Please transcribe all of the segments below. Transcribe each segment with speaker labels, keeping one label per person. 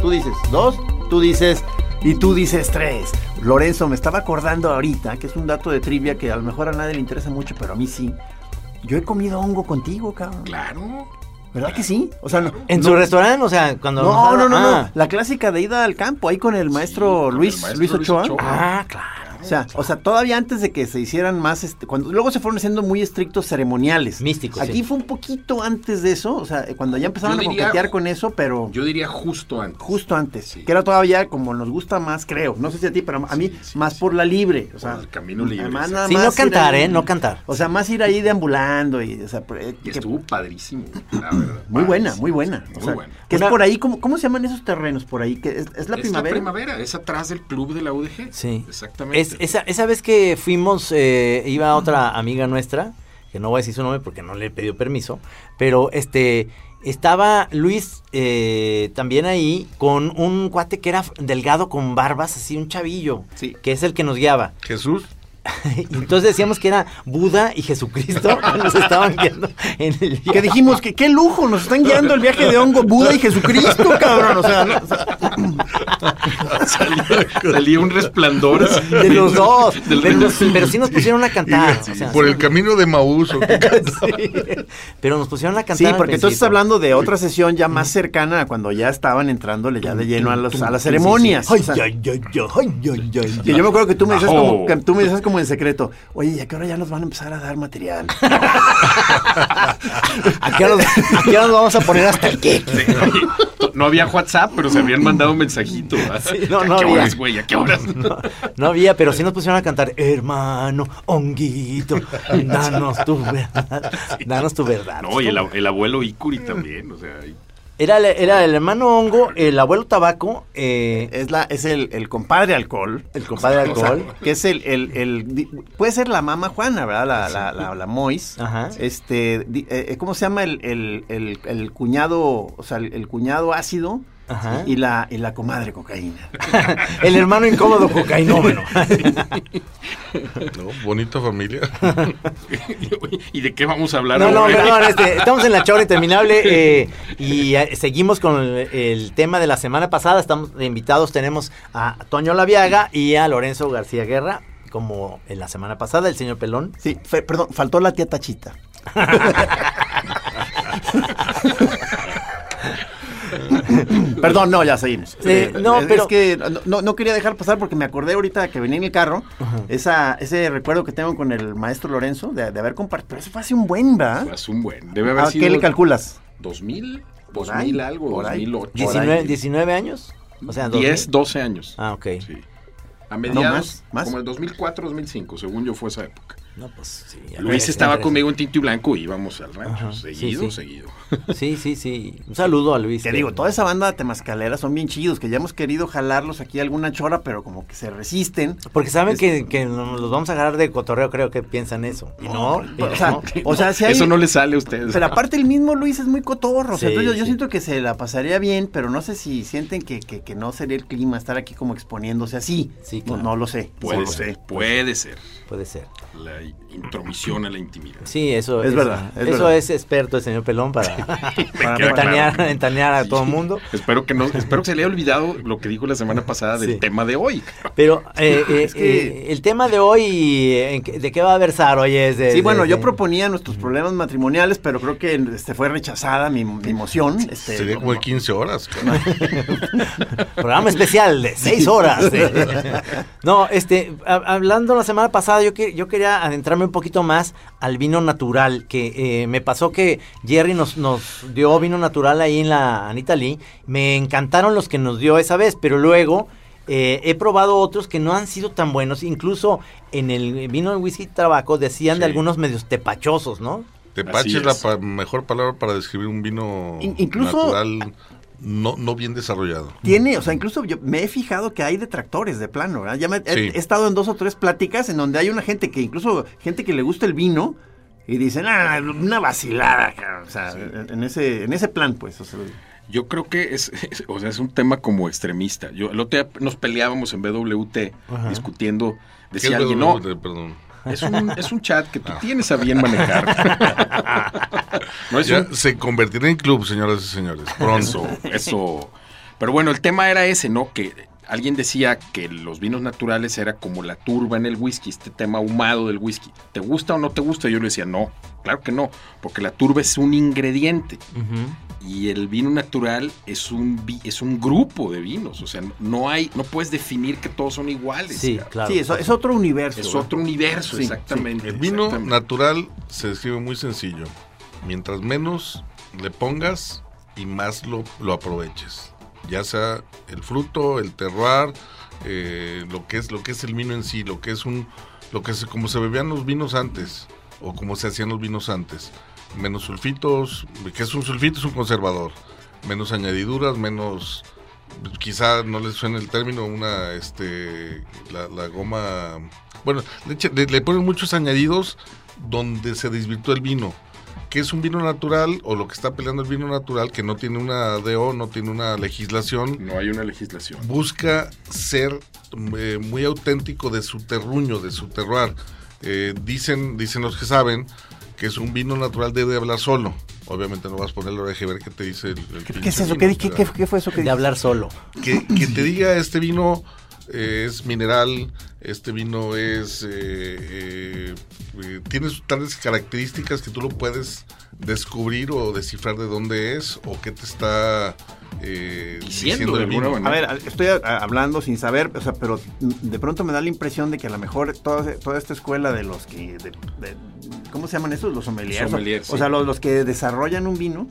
Speaker 1: Tú dices dos, tú dices y tú dices tres. Lorenzo, me estaba acordando ahorita, que es un dato de trivia que a lo mejor a nadie le interesa mucho, pero a mí sí. Yo he comido hongo contigo, cabrón.
Speaker 2: Claro.
Speaker 1: ¿Verdad que sí? O sea, no.
Speaker 3: En
Speaker 1: no-
Speaker 3: su restaurante, o sea, cuando.
Speaker 1: No, no, no,
Speaker 3: Ah,
Speaker 1: no. La clásica de ida al campo, ahí con el maestro
Speaker 2: con el
Speaker 1: Luis,
Speaker 2: maestro
Speaker 1: Luis
Speaker 2: Luis
Speaker 1: Ochoa.
Speaker 2: Ochoa.
Speaker 3: Ah, claro.
Speaker 1: O sea, o sea, todavía antes de que se hicieran más, este, cuando luego se fueron siendo muy estrictos ceremoniales.
Speaker 3: Místicos,
Speaker 1: Aquí
Speaker 3: sí.
Speaker 1: fue un poquito antes de eso, o sea, cuando ya empezaron
Speaker 2: Yo
Speaker 1: a
Speaker 2: diría-
Speaker 1: coquetear con eso, pero
Speaker 2: Yo diría justo antes.
Speaker 1: justo antes,
Speaker 2: Sí.
Speaker 1: que era todavía como nos gusta más, creo. No sé si a ti, pero a mí
Speaker 2: Sí, sí,
Speaker 1: más
Speaker 2: sí.
Speaker 1: por la libre, o sea,
Speaker 2: el camino libre,
Speaker 1: además
Speaker 2: sí.
Speaker 1: nada
Speaker 3: Sí, no
Speaker 1: más ir
Speaker 3: cantar,
Speaker 1: ahí-
Speaker 3: ¿eh? No cantar.
Speaker 1: O sea, más ir ahí deambulando y, o sea, pre-
Speaker 2: Y
Speaker 1: que-
Speaker 2: estuvo padrísimo, la verdad.
Speaker 1: muy buena,
Speaker 2: padrísimo,
Speaker 1: muy buena.
Speaker 2: sí,
Speaker 1: O
Speaker 2: muy
Speaker 1: sea,
Speaker 2: buena.
Speaker 1: que
Speaker 3: Una-
Speaker 1: es por ahí, ¿cómo, ¿cómo se llaman esos terrenos por ahí? Que es, es la
Speaker 2: Es
Speaker 1: primavera.
Speaker 2: es atrás del club de la UDG.
Speaker 3: Sí.
Speaker 2: Exactamente.
Speaker 3: Es, esa, esa vez que fuimos, eh, iba otra amiga nuestra, que no voy a decir su nombre porque no le pidió permiso, pero este estaba Luis eh, también ahí con un cuate que era delgado con barbas, así un chavillo,
Speaker 2: Sí.
Speaker 3: que es el que nos guiaba.
Speaker 4: Jesús.
Speaker 3: Y entonces decíamos que era Buda y Jesucristo que nos estaban guiando en el
Speaker 1: Que dijimos que qué lujo, nos están guiando el viaje de hongo Buda y Jesucristo, cabrón. O sea, ¿no? O sea,
Speaker 2: Salía un resplandor. así.
Speaker 3: De los dos.
Speaker 2: Del-
Speaker 3: pero, nos- pero sí nos pusieron a cantar.
Speaker 4: Y-
Speaker 3: o sea,
Speaker 4: por
Speaker 3: sí.
Speaker 4: el camino de Maús. ¿o qué?
Speaker 3: Sí. Pero nos pusieron a cantar.
Speaker 1: sí,
Speaker 3: al
Speaker 1: porque tú estás
Speaker 3: principio.
Speaker 1: hablando de otra sesión ya más cercana a cuando ya estaban entrándole ya de lleno a, los- a las ceremonias.
Speaker 3: Ay,
Speaker 1: O sea,
Speaker 3: ay, ay, ay, ay, ay,
Speaker 1: que
Speaker 3: ay.
Speaker 1: yo me acuerdo que tú me decías como,
Speaker 2: Ajo.
Speaker 1: que tú me decías como en secreto, oye, ¿y a qué hora ya nos van a empezar a dar material?
Speaker 3: ¿A qué hora nos- a qué hora nos vamos a poner hasta el qué?
Speaker 2: Sí, oye, to- no había WhatsApp, pero se habían mandado un mensajito. ¿verdad?
Speaker 3: Sí, no,
Speaker 2: ¿A
Speaker 3: no
Speaker 2: qué
Speaker 3: había.
Speaker 2: horas, güey? ¿A qué horas?
Speaker 3: No, no había, pero sí nos pusieron a cantar, hermano, honguito, danos tu verdad, danos tu verdad.
Speaker 2: No, y el, ab- el abuelo Icuri también, o sea, y-
Speaker 3: Era, el- era el hermano hongo, el abuelo tabaco, eh,
Speaker 1: Es, la, es el, el compadre alcohol.
Speaker 3: el compadre
Speaker 1: O sea,
Speaker 3: alcohol.
Speaker 1: que es el, el- el- di- puede ser la mamá Juana, ¿verdad? La, la, la, la Mois.
Speaker 3: Ajá.
Speaker 1: Este, di- eh, ¿cómo se llama el, el- el- el cuñado, o sea, el, el cuñado ácido
Speaker 3: Ajá.
Speaker 1: y la, y la comadre cocaína?
Speaker 3: El hermano incómodo cocainómeno.
Speaker 4: No, bonita familia.
Speaker 2: y de qué vamos a hablar
Speaker 3: No, no,
Speaker 2: ahora?
Speaker 3: perdón, este, estamos en la chora interminable eh, y eh, seguimos con el, el tema de la semana pasada. Estamos de invitados, tenemos a Toño Laviaga y a Lorenzo García Guerra, como en la semana pasada, el señor Pelón.
Speaker 1: Sí, fe- perdón, faltó la tía Tachita. Perdón, no, ya seguimos.
Speaker 3: Eh, no,
Speaker 1: es,
Speaker 3: pero-
Speaker 1: es que no- no, no quería dejar pasar porque me acordé ahorita que venía en el carro, esa, ese recuerdo que tengo con el maestro Lorenzo de, de haber compartido. Pero eso fue hace un buen, ¿verdad?
Speaker 2: Es un buen. Debe haber
Speaker 1: ¿A
Speaker 2: sido
Speaker 1: qué le calculas?
Speaker 2: 2000,
Speaker 1: Por
Speaker 2: 2000
Speaker 1: ahí,
Speaker 2: algo,
Speaker 1: por ahí.
Speaker 2: 2008.
Speaker 1: Por ahí.
Speaker 3: 19, 19 años? O sea, 2000.
Speaker 2: 10, 12 años.
Speaker 3: Ah, ok.
Speaker 2: Sí. A mediados,
Speaker 1: más, más.
Speaker 2: como el 2004, 2005, según yo fue esa época.
Speaker 3: No, pues sí. ya
Speaker 2: Luis
Speaker 3: ves,
Speaker 2: estaba
Speaker 3: ya ves.
Speaker 2: conmigo en tinto y blanco y íbamos al rancho.
Speaker 3: Ajá, sí,
Speaker 2: seguido,
Speaker 3: sí.
Speaker 2: seguido.
Speaker 3: Sí, sí, sí. Un saludo a Luis.
Speaker 1: Te digo, toda esa banda de temascaleras son bien chidos, que ya hemos querido jalarlos aquí alguna chora, pero como que se resisten.
Speaker 3: Porque saben
Speaker 1: Es-
Speaker 3: que, que nos los vamos a agarrar de cotorreo, creo que piensan eso. Y no, y
Speaker 1: o sea,
Speaker 3: no.
Speaker 1: o sea, si hay-
Speaker 2: Eso no le sale a ustedes.
Speaker 1: Pero aparte el mismo Luis es muy cotorro, o sea,
Speaker 3: Sí,
Speaker 1: entonces yo, yo
Speaker 3: sí.
Speaker 1: siento que se la pasaría bien, pero no sé si sienten que, que- que no sería el clima estar aquí como exponiéndose así.
Speaker 3: Sí,
Speaker 1: No-
Speaker 3: claro.
Speaker 1: no, lo sé.
Speaker 4: Pues,
Speaker 2: puede
Speaker 1: no
Speaker 3: pues,
Speaker 1: lo
Speaker 2: ser,
Speaker 1: sé.
Speaker 2: puede ser.
Speaker 3: puede ser.
Speaker 2: La intromisión a la intimidad.
Speaker 3: Sí, eso
Speaker 1: Es verdad, es
Speaker 3: eso
Speaker 1: verdad.
Speaker 3: es experto el señor Pelón para
Speaker 1: Para-
Speaker 2: queda
Speaker 1: para-
Speaker 3: ventanear, ventanear a todo el mundo.
Speaker 2: Espero que no, espero que se le haya olvidado lo que dijo la semana pasada del
Speaker 3: Sí.
Speaker 2: tema de hoy.
Speaker 3: Pero eh, eh,
Speaker 1: Es que-
Speaker 3: eh, el tema de hoy, eh, ¿en qué- ¿de qué va a versar hoy? Es de-
Speaker 1: Sí,
Speaker 3: de-
Speaker 1: bueno, yo
Speaker 3: de-
Speaker 1: proponía nuestros
Speaker 3: eh.
Speaker 1: problemas matrimoniales, pero creo que este, fue rechazada mi, mi moción. Este,
Speaker 4: Sería como de 15 horas. cabrón.
Speaker 3: Programa especial de seis horas. eh. No, este, ha- hablando la semana pasada, yo, que- yo quería adentrarme un poquito más al vino natural, que eh, me pasó que Jerry nos, nos dio vino natural ahí en la Anita Lee. Me encantaron los que nos dio esa vez, pero luego eh, he probado otros que no han sido tan buenos. Incluso en el vino del whisky tabaco decían de
Speaker 2: Sí.
Speaker 3: algunos medios tepachosos, ¿no?
Speaker 4: Tepache
Speaker 2: Así
Speaker 4: es la
Speaker 2: es.
Speaker 4: pa- mejor palabra para describir un vino
Speaker 1: In- incluso-
Speaker 4: natural no, no bien desarrollado.
Speaker 1: Tiene, o sea, incluso yo me he fijado que hay detractores de plano, ¿verdad? Ya me- he,
Speaker 4: Sí.
Speaker 1: he estado en dos o tres pláticas en donde hay una gente que, incluso gente que le gusta el vino, y dicen, ah, una vacilada, cabrón", o sea, en, en ese, en ese plan, pues. o sea,
Speaker 2: Yo creo que es, es- o sea, es un tema como extremista. Yo, el otro día nos peleábamos en BWT
Speaker 3: Ajá.
Speaker 2: discutiendo.
Speaker 4: ¿Qué
Speaker 2: Decía
Speaker 4: es
Speaker 2: alguien, no,
Speaker 4: BW? Perdón.
Speaker 2: es un, es un chat que tú
Speaker 4: Ah.
Speaker 2: tienes a bien manejar. no es
Speaker 4: Ya
Speaker 2: un-
Speaker 4: se convertirá en club, señoras y señores, pronto.
Speaker 2: Eso, eso. Pero bueno, el tema era ese, ¿no? Que alguien decía que los vinos naturales era como la turba en el whisky, este tema ahumado del whisky. ¿Te gusta o no te gusta? Yo le decía, no, claro que no, porque la turba es un ingrediente y el vino natural es un, vi- es un grupo de vinos. O sea, no hay, no puedes definir que todos son iguales.
Speaker 3: Sí,
Speaker 2: cabrón.
Speaker 3: claro.
Speaker 1: Sí, eso, es otro universo.
Speaker 2: Es
Speaker 1: ¿verdad?
Speaker 2: otro universo,
Speaker 1: Sí,
Speaker 2: exactamente.
Speaker 4: El vino
Speaker 2: exactamente.
Speaker 4: natural se describe muy sencillo. Mientras menos le pongas y más lo, lo aproveches. Ya sea el fruto, el terroir, eh, lo que es lo que es el vino en sí, lo que es un lo que se, como se bebían los vinos antes o como se hacían los vinos antes. Menos sulfitos, que es un sulfito es un conservador. Menos añadiduras, menos quizá no les suene el término una este la, la goma bueno le, echa- le- le ponen muchos añadidos donde se desvirtúa el vino que es un vino natural o lo que está peleando el vino natural que no tiene una DO no tiene una legislación
Speaker 2: No hay una legislación.
Speaker 4: busca ser eh, muy auténtico de su terruño, de su terroir. Eh, dicen, dicen los que saben que es un vino natural, debe hablar solo. Obviamente no vas a poner la oreja y ver qué te dice el, el
Speaker 1: ¿Qué, qué
Speaker 4: pinche
Speaker 1: es eso?
Speaker 4: vino,
Speaker 1: ¿Qué, qué-
Speaker 4: o
Speaker 1: qué-
Speaker 4: sea,
Speaker 1: qué fue eso que
Speaker 3: De hablar solo.
Speaker 4: que, que te diga este vino eh, es mineral, este vino es... eh, eh, eh, tiene sus tales características que tú lo puedes descubrir o descifrar de dónde es o qué te está eh,
Speaker 2: Diciendo
Speaker 4: diciendo
Speaker 2: de
Speaker 4: el
Speaker 2: alguna
Speaker 4: vino.
Speaker 2: manera.
Speaker 1: A ver, a- estoy a- a- hablando sin saber, o sea, pero de pronto me da la impresión de que a lo mejor toda, toda esta escuela de los que, de- de- ¿cómo se llaman esos? Los sommeliers.
Speaker 2: Sommeliers,
Speaker 1: o sea,
Speaker 2: sí.
Speaker 1: los, los que desarrollan un vino,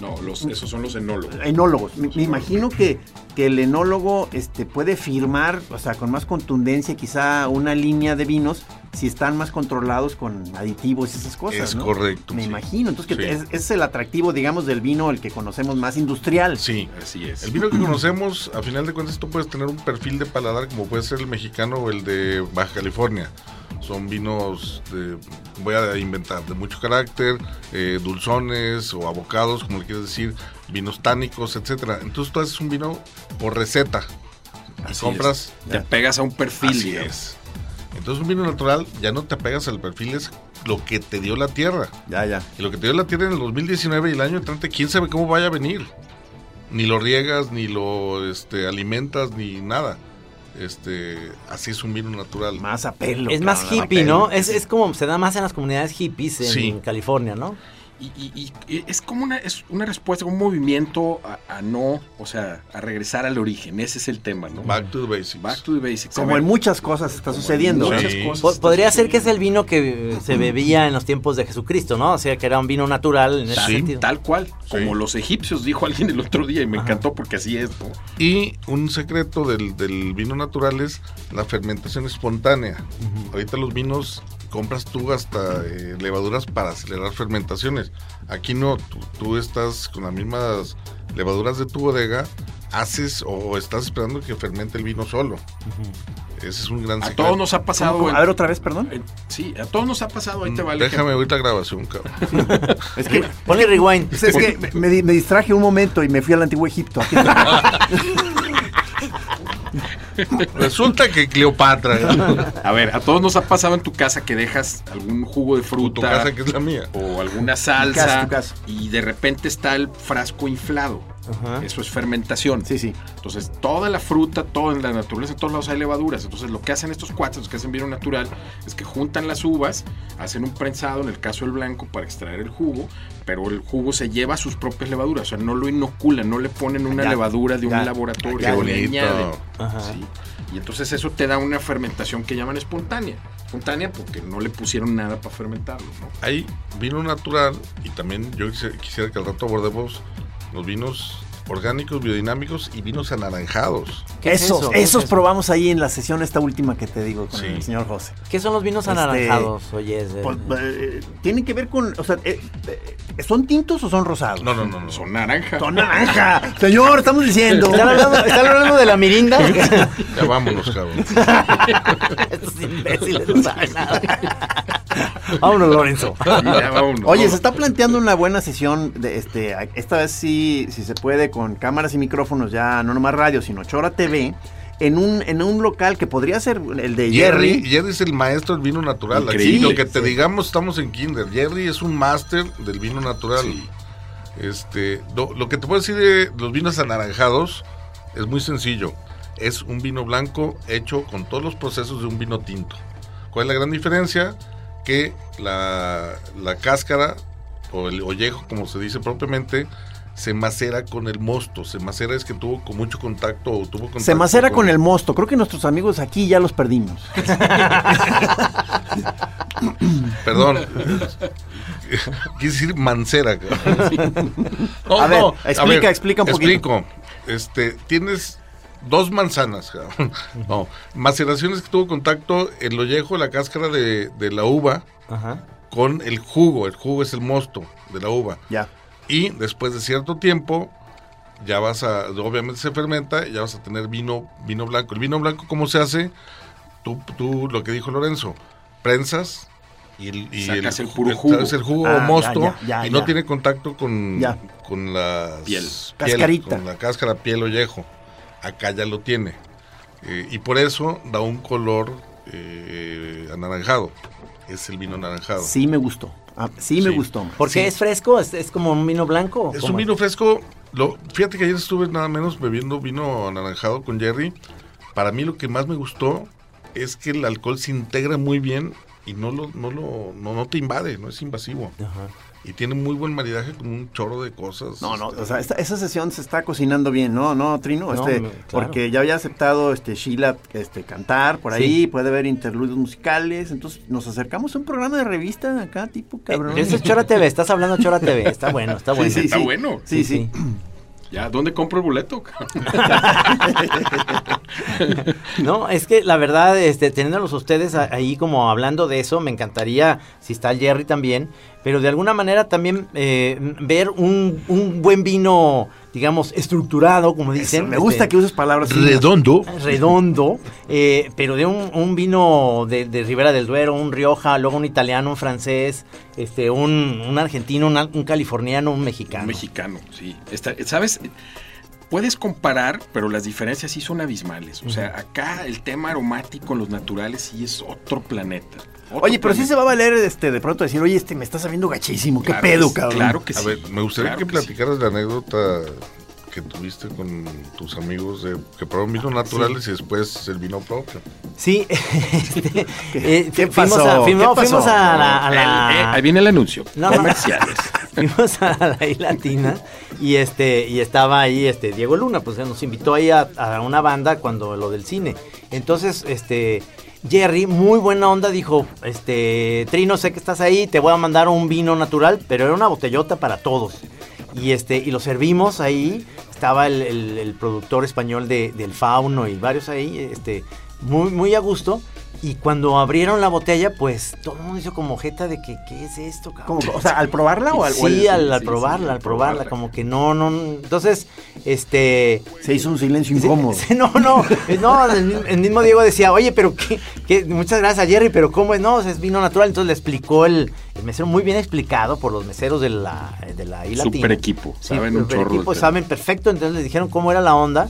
Speaker 2: No, los, esos son los enólogos.
Speaker 1: enólogos. Me, me imagino que, que el enólogo este, puede firmar, o sea, con más contundencia quizá una línea de vinos si están más controlados con aditivos y esas cosas.
Speaker 4: Es
Speaker 1: ¿no?
Speaker 4: correcto,
Speaker 1: Me
Speaker 4: sí.
Speaker 1: imagino, entonces que
Speaker 4: Sí.
Speaker 1: es, es el atractivo, digamos, del vino, el que conocemos más industrial.
Speaker 4: Sí,
Speaker 2: Así es.
Speaker 4: El vino que conocemos, a final de cuentas, tú puedes tener un perfil de paladar como puede ser el mexicano o el de Baja California. Son vinos, de, voy a inventar, de mucho carácter, eh, dulzones o abocados, como le quieres decir, vinos tánicos, etcétera. Entonces tú haces un vino por receta. Y
Speaker 2: Así
Speaker 4: compras.
Speaker 2: es. Te pegas a un perfil.
Speaker 4: Así
Speaker 2: digamos.
Speaker 4: es. Entonces un vino natural ya no te pegas al perfil, es lo que te dio la tierra.
Speaker 1: Ya, ya.
Speaker 4: Y lo que te dio la tierra en el 2019 y el año entrante, quién sabe cómo vaya a venir. Ni lo riegas, ni lo este, alimentas, ni nada. Este, así es un vino natural.
Speaker 1: Más a pelo.
Speaker 3: Es más
Speaker 1: cabrón, a
Speaker 3: hippie,
Speaker 1: pelo.
Speaker 3: ¿no? Es, es como se da más en las comunidades hippies en
Speaker 4: Sí.
Speaker 3: California, ¿no?
Speaker 2: Y, y- y- y es como una, es una respuesta, un movimiento a, a no, o sea, a regresar al origen. Ese es el tema, ¿no?
Speaker 4: Back to the basics.
Speaker 2: Back to the basics. A
Speaker 1: Como
Speaker 2: ver,
Speaker 1: en muchas cosas está
Speaker 2: como en
Speaker 1: sucediendo.
Speaker 2: muchas
Speaker 4: Sí.
Speaker 2: cosas
Speaker 3: Po-
Speaker 2: está
Speaker 3: podría ser que es el
Speaker 2: sucediendo.
Speaker 3: vino que eh, se bebía en los tiempos de Jesucristo, ¿no? O sea, que era un vino natural en ese
Speaker 4: Sí.
Speaker 3: sentido.
Speaker 2: Tal cual, como los egipcios, dijo alguien el otro día y me
Speaker 3: Ajá.
Speaker 2: encantó porque así es, ¿no?
Speaker 4: Y un secreto del, del vino natural es la fermentación espontánea. Ahorita los vinos compras tú hasta eh, levaduras para acelerar fermentaciones. Aquí no, tú, tú estás con las mismas levaduras de tu bodega, haces o estás esperando que fermente el vino solo. Ese es un gran
Speaker 2: A
Speaker 4: secreto.
Speaker 2: todos nos ha pasado.
Speaker 1: ¿Cómo?
Speaker 2: en-
Speaker 1: A ver, otra vez, perdón.
Speaker 2: en- Eh, sí, a todos nos ha pasado. Ahí te vale.
Speaker 4: Mm, Déjame oír la grabación, cabrón.
Speaker 1: Es que,
Speaker 3: Ponle rewind.
Speaker 1: pues es que me, me distraje un momento y me fui al antiguo Egipto. Aquí está.
Speaker 4: Resulta que Cleopatra, eh,
Speaker 2: A ver, a todos nos ha pasado en tu casa que dejas algún jugo de
Speaker 4: o
Speaker 2: fruta.
Speaker 4: tu casa que es la mía.
Speaker 2: o alguna
Speaker 1: caso,
Speaker 2: salsa
Speaker 1: tu caso.
Speaker 2: y de repente está el frasco inflado.
Speaker 3: Ajá.
Speaker 2: Eso es fermentación.
Speaker 1: Ah. Sí, sí.
Speaker 2: Entonces, toda la fruta, toda en la naturaleza, en todos lados hay levaduras. Entonces, lo que hacen estos cuates, los que hacen vino natural, es que juntan las uvas, hacen un prensado, en el caso del blanco, para extraer el jugo, pero el jugo se lleva a sus propias levaduras. O sea, no lo inoculan, no le ponen una
Speaker 1: Ah, Ya.
Speaker 2: levadura de
Speaker 1: Ya.
Speaker 2: un laboratorio.
Speaker 4: Ah, Qué
Speaker 2: le
Speaker 4: bonito.
Speaker 2: añaden.
Speaker 3: Ajá.
Speaker 2: Sí. Y entonces eso te da una fermentación que llaman espontánea. Espontánea porque no le pusieron nada para fermentarlo, ¿no?
Speaker 4: Hay vino natural y también yo quise- quisiera que al rato abordemos los vinos orgánicos, biodinámicos y vinos anaranjados.
Speaker 3: ¿Qué es
Speaker 1: esos
Speaker 3: eso? ¿Qué es
Speaker 1: esos
Speaker 3: eso?
Speaker 1: probamos ahí en la sesión esta última que te digo con
Speaker 4: Sí.
Speaker 1: el señor José.
Speaker 3: ¿Qué son los vinos
Speaker 1: Este,
Speaker 3: anaranjados? Oye, es, eh,
Speaker 1: Pues, eh, tienen que ver con, o sea, eh, eh, ¿son tintos o son rosados?
Speaker 4: No, no, no, no.
Speaker 2: Pues Son naranja.
Speaker 1: Son naranja. Señor, estamos diciendo.
Speaker 3: ¿Están hablando, están hablando de la mirinda?
Speaker 4: Ya vámonos, cabrón.
Speaker 3: Estos imbéciles no saben nada. Vámonos, Lorenzo.
Speaker 2: Ya va uno.
Speaker 1: Oye, se está planteando una buena sesión de este, esta vez sí, si se puede, con cámaras y micrófonos, ya no nomás radio, sino Chora TV, en un, en un local que podría ser el de
Speaker 4: Jerry,
Speaker 1: Jerry.
Speaker 4: Jerry es el maestro del vino natural. Aquí
Speaker 2: Increíble.
Speaker 4: lo que te digamos, estamos en kinder. Jerry es un máster del vino natural.
Speaker 2: Sí.
Speaker 4: Este, lo, lo que te puedo decir de los vinos anaranjados es muy sencillo. Es un vino blanco hecho con todos los procesos de un vino tinto. ¿Cuál es la gran diferencia? Que la, la cáscara o el ollejo, como se dice propiamente, se macera con el mosto. Se macera es que tuvo con mucho contacto o tuvo contacto.
Speaker 1: Se macera con el mosto. Creo que nuestros amigos aquí ya los perdimos.
Speaker 4: Perdón. Quise decir mancera. cabrón. No,
Speaker 1: A ver,
Speaker 4: no,
Speaker 1: explica, explica un poquito.
Speaker 4: Explico. Este, tienes dos manzanas. cabrón. No, maceraciones que tuvo contacto el ollejo, la cáscara de, de la uva
Speaker 3: Ajá.
Speaker 4: con el jugo. El jugo es el mosto de la uva.
Speaker 1: Ya.
Speaker 4: Y después de cierto tiempo ya vas a, obviamente se fermenta, y ya vas a tener vino, vino blanco. El vino blanco, ¿cómo se hace? Tú, tú lo que dijo Lorenzo, prensas y, el, y
Speaker 2: Sacas el puro jugo.
Speaker 4: sacas el jugo
Speaker 1: Ah,
Speaker 4: o mosto
Speaker 1: ya, ya, ya,
Speaker 4: y
Speaker 1: ya.
Speaker 4: no tiene contacto con,
Speaker 1: Ya.
Speaker 4: con la
Speaker 2: Piel.
Speaker 1: Cascarita.
Speaker 4: Con la cáscara, piel ollejo. Acá ya lo tiene. Eh, y por eso da un color eh, anaranjado. Es el vino anaranjado.
Speaker 1: Sí me gustó. Ah, sí, me
Speaker 4: Sí.
Speaker 1: gustó.
Speaker 3: ¿Por qué
Speaker 4: Sí.
Speaker 3: es fresco? ¿Es, es como un vino blanco?
Speaker 4: Es
Speaker 3: ¿Cómo
Speaker 4: un vino fresco. Lo, fíjate que ayer estuve nada menos bebiendo vino anaranjado con Jerry. Para mí lo que más me gustó es que el alcohol se integra muy bien y no lo, no lo, no, no te invade, no es invasivo.
Speaker 3: Ajá.
Speaker 4: Y tiene muy buen maridaje con un chorro de cosas.
Speaker 1: No, no,
Speaker 4: Este,
Speaker 1: o sea, esta- esa sesión se está cocinando bien, ¿no? No, Trino,
Speaker 3: No,
Speaker 1: este,
Speaker 3: me- claro.
Speaker 1: porque ya había aceptado este Sheila este, cantar por
Speaker 3: Sí.
Speaker 1: ahí, puede haber interludios musicales, entonces nos acercamos a un progrprograma de revista acá, tipo cabrón.
Speaker 3: Eh, Eso es Chora TV, estás hablando Chora TV, está bueno, está bueno.
Speaker 1: sí,
Speaker 2: Está
Speaker 1: sí.
Speaker 2: bueno.
Speaker 1: Sí, sí.
Speaker 2: Ya, ¿dónde compro el boleto? cabrón?
Speaker 3: sí. No, es que la verdad, este, teniéndolos ustedes a- ahí como hablando de eso, me encantaría, si está el Jerry también, pero de alguna manera también eh, m- ver un, un buen vino, digamos, estructurado, como dicen.
Speaker 1: me gusta
Speaker 3: este,
Speaker 1: que uses palabras finas.
Speaker 4: Redondo.
Speaker 2: Ah,
Speaker 3: redondo, eh, pero de un, un vino de, de Ribera del Duero, un Rioja, luego un italiano, un francés, este, un, un argentino, un, un californiano, un mexicano.
Speaker 2: Un mexicano, sí. Está- ¿Sabes? Puedes comparar, pero las diferencias sí son abismales. O sea, acá el tema aromático en los naturales sí es otro planeta. Otro
Speaker 1: Oye, pero sí
Speaker 2: planeta.
Speaker 1: se va a valer este, de pronto decir, oye, este me está sabiendo gachísimo, qué
Speaker 2: Claro
Speaker 1: pedo,
Speaker 2: que-
Speaker 1: cabrón.
Speaker 2: Claro que
Speaker 4: A
Speaker 2: sí.
Speaker 4: ver, me gustaría
Speaker 2: claro
Speaker 4: que
Speaker 2: sí.
Speaker 4: platicaras la anécdota que tuviste con tus amigos de que probaron vinos
Speaker 2: Ah,
Speaker 4: naturales y después el vino propio.
Speaker 3: Sí, este, eh,
Speaker 1: qué
Speaker 3: fuimos
Speaker 1: pasó?
Speaker 3: a- fuimos-
Speaker 1: ¿Qué pasó?
Speaker 3: fuimos a la... a
Speaker 2: El-
Speaker 3: la-
Speaker 2: eh, ahí viene el anuncio.
Speaker 3: No, no.
Speaker 2: Comerciales.
Speaker 3: Fuimos a la isla latina y este y estaba ahí este Diego Luna, pues nos invitó ahí a, a una banda cuando lo del cine. Entonces, este Jerry, muy buena onda, dijo, este Trino, sé que estás ahí, te voy a mandar un vino natural, pero era una botellota para todos. Y este y lo servimos ahí, estaba el, el- el productor español de, del Fauno y varios ahí, este muy muy a gusto. Y cuando abrieron la botella, pues todo el mundo hizo como jeta de que, ¿qué es esto,
Speaker 1: ¿Cómo?
Speaker 3: cabrón?
Speaker 1: O sea, al probarla o al o
Speaker 3: Sí, al, al
Speaker 2: sí,
Speaker 3: probarla,
Speaker 2: sí,
Speaker 3: al probarla,
Speaker 2: probarla.
Speaker 3: como que no, no. no. Entonces, este.
Speaker 1: Se hizo un silencio
Speaker 3: Sí,
Speaker 1: incómodo.
Speaker 3: sí, no, no, eh, no, el, mi- el mismo Diego decía, oye, pero qué, qué- muchas gracias Jerry, pero ¿cómo es? No, o sea, es vino natural, entonces le explicó el, el mesero, muy bien explicado por los meseros de la, de la I
Speaker 2: Super
Speaker 3: latina.
Speaker 2: equipo,
Speaker 3: Sí,
Speaker 2: saben un
Speaker 3: super
Speaker 2: chorro. del
Speaker 3: equipo,
Speaker 2: tema.
Speaker 3: saben perfecto, entonces les dijeron cómo era la onda.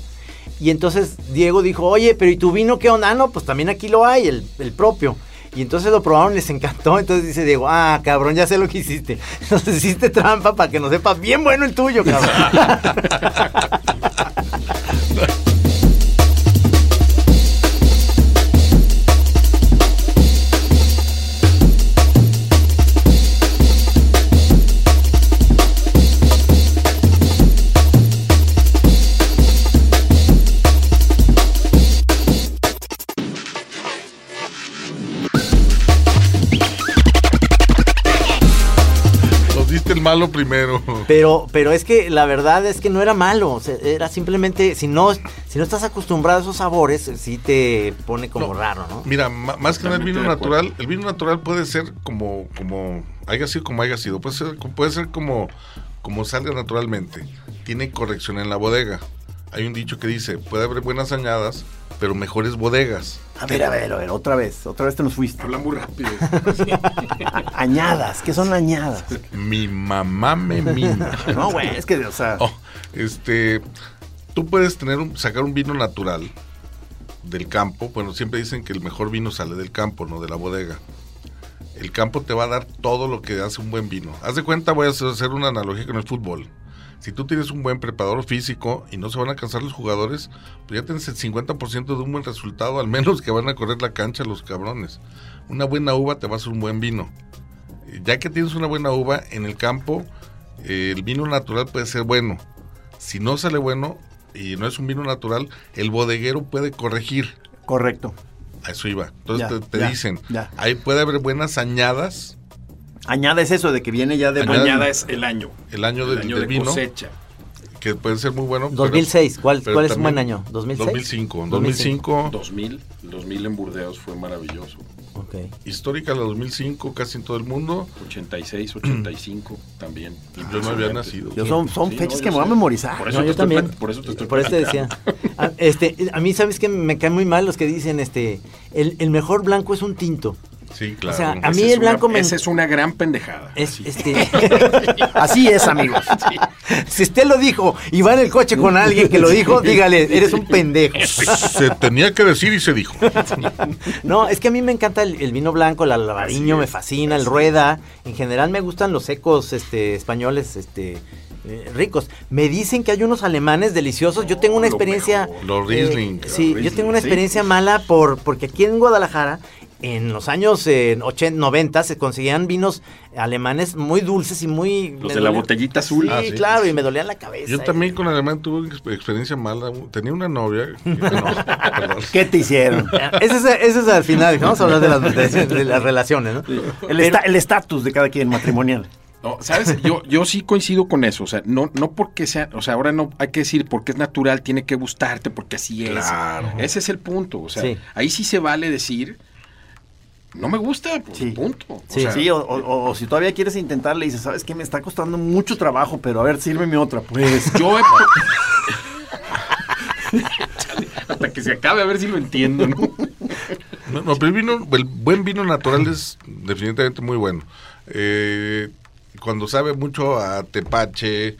Speaker 3: Y entonces Diego dijo, oye, pero ¿y tu vino qué onda? Ah, no, pues también aquí lo hay, el, el propio. Y entonces lo probaron, les encantó. Entonces dice Diego, ah, cabrón, ya sé lo que hiciste. Nos hiciste trampa para que nos sepas bien bueno el tuyo, cabrón.
Speaker 4: Nos diste el malo primero.
Speaker 3: Pero, pero es que la verdad es que no era malo. o sea, era simplemente, si no, si no estás acostumbrado a esos sabores, eh, sí te pone como
Speaker 4: No.
Speaker 3: raro, ¿no?
Speaker 4: Mira, ma- más que nada el
Speaker 2: Totalmente
Speaker 4: vino
Speaker 2: de acuerdo.
Speaker 4: natural, el vino natural puede ser como, como haya sido como haya sido, puede ser, puede ser como, como salga naturalmente. Tiene corrección en la bodega. Hay un dicho que dice, puede haber buenas añadas, pero mejores bodegas.
Speaker 1: A ver, a ver, a ver, otra vez, otra vez te nos fuiste.
Speaker 2: Habla muy rápido.
Speaker 1: A- añadas, ¿qué son añadas?
Speaker 4: Mi mamá me mima.
Speaker 1: No, güey, es que, o sea,
Speaker 4: Oh, este, tú puedes tener un- sacar un vino natural del campo. Bueno, siempre dicen que el mejor vino sale del campo, no de la bodega. El campo te va a dar todo lo que hace un buen vino. Haz de cuenta, voy a hacer una analogía con el fútbol. Si tú tienes un buen preparador físico y no se van a cansar los jugadores, pues ya tienes el 50% de un buen resultado, al menos que van a correr la cancha los cabrones. Una buena uva te va a hacer un buen vino. Ya que tienes una buena uva en el campo, eh, el vino natural puede ser bueno. Si no sale bueno y no es un vino natural, el bodeguero puede corregir.
Speaker 1: correcto.
Speaker 4: A eso iba. Entonces
Speaker 1: Ya,
Speaker 4: te, te
Speaker 1: ya,
Speaker 4: dicen,
Speaker 1: ya.
Speaker 4: ahí puede haber buenas añadas
Speaker 1: Añada es eso de que viene ya de
Speaker 4: Añada.
Speaker 2: Añada es el año.
Speaker 4: el año del,
Speaker 2: el año
Speaker 4: del
Speaker 2: de
Speaker 4: vino,
Speaker 2: cosecha.
Speaker 4: que pueden ser muy buenos.
Speaker 3: 2006, ¿cuál- cuál es un buen año? 2006?
Speaker 4: 2005. 2005,
Speaker 2: 2000, 2000 en Burdeos fue maravilloso.
Speaker 3: Ok.
Speaker 4: histórica la 2005 casi en todo el mundo.
Speaker 2: 86, 85 también.
Speaker 4: Mm. Yo no había nacido.
Speaker 1: Yo son, son
Speaker 2: Sí,
Speaker 1: fechas
Speaker 2: no,
Speaker 1: que
Speaker 2: yo
Speaker 1: me voy a
Speaker 2: sé.
Speaker 1: memorizar.
Speaker 2: Por eso
Speaker 3: No,
Speaker 2: te
Speaker 3: yo
Speaker 2: estoy
Speaker 3: también.
Speaker 2: plat- por eso te estoy
Speaker 3: eso te decía. Ah, este, a mí, ¿sabes que Me caen muy mal los que dicen, este, el, el mejor blanco es un tinto.
Speaker 4: Sí, claro.
Speaker 3: O sea, a
Speaker 2: Esa
Speaker 3: mí
Speaker 2: es
Speaker 3: el blanco
Speaker 2: una,
Speaker 3: me...
Speaker 2: Esa es una gran pendejada.
Speaker 3: es-
Speaker 2: Sí.
Speaker 3: este,
Speaker 1: Así es, amigos.
Speaker 3: si usted lo dijo y va en el coche con alguien que lo dijo, dígale, eres un pendejo.
Speaker 4: se tenía que decir y se dijo.
Speaker 3: No, es que a mí me encanta el, el vino blanco, el alabariño
Speaker 2: Así
Speaker 3: me
Speaker 2: es,
Speaker 3: fascina, el rueda. En general me gustan los secos este, españoles este, eh, ricos. Me dicen que hay unos alemanes deliciosos. yo
Speaker 2: No,
Speaker 3: tengo una
Speaker 2: lo
Speaker 3: experiencia...
Speaker 2: mejor.
Speaker 4: Los Riesling.
Speaker 3: eh, sí, yo
Speaker 2: Riesling,
Speaker 3: tengo una
Speaker 2: sí.
Speaker 3: experiencia mala por porque aquí en Guadalajara... En los años eh, 80, 90 se conseguían vinos alemanes muy dulces y muy...
Speaker 2: Los
Speaker 3: me
Speaker 2: de la
Speaker 3: dolía-
Speaker 2: botellita azul.
Speaker 3: Sí,
Speaker 4: Ah, sí.
Speaker 3: claro, y me dolía la cabeza.
Speaker 4: Yo
Speaker 3: y-
Speaker 4: también con alemán tuve una exp- experiencia mala. Tenía una novia. que- no, perdón.
Speaker 1: ¿Qué te hicieron?
Speaker 3: eh, Ese es, ese es al final, vamos a hablar de las, de- de las relaciones, ¿no?
Speaker 1: El esta- el estatus de cada quien matrimonial.
Speaker 2: No, ¿sabes? Yo, yo sí coincido con eso. O sea, no, no porque sea, o sea, ahora no hay que decir porque es natural, tiene que gustarte, porque así es.
Speaker 4: Claro.
Speaker 2: Ese es el punto. O sea,
Speaker 3: Sí.
Speaker 2: ahí sí se vale decir, no me gusta, pues,
Speaker 1: Sí.
Speaker 2: punto. O
Speaker 3: Sí.
Speaker 2: sea,
Speaker 1: Sí, o, o- o si todavía quieres intentar, le dices, ¿sabes qué? Me está costando mucho trabajo, pero a ver, sírveme otra, pues.
Speaker 2: yo he... Chale, Hasta que se acabe, a ver si lo entiendo, ¿no?
Speaker 4: No, no, pero el vino, el buen vino natural es definitivamente muy bueno. Eh, cuando sabe mucho a tepache,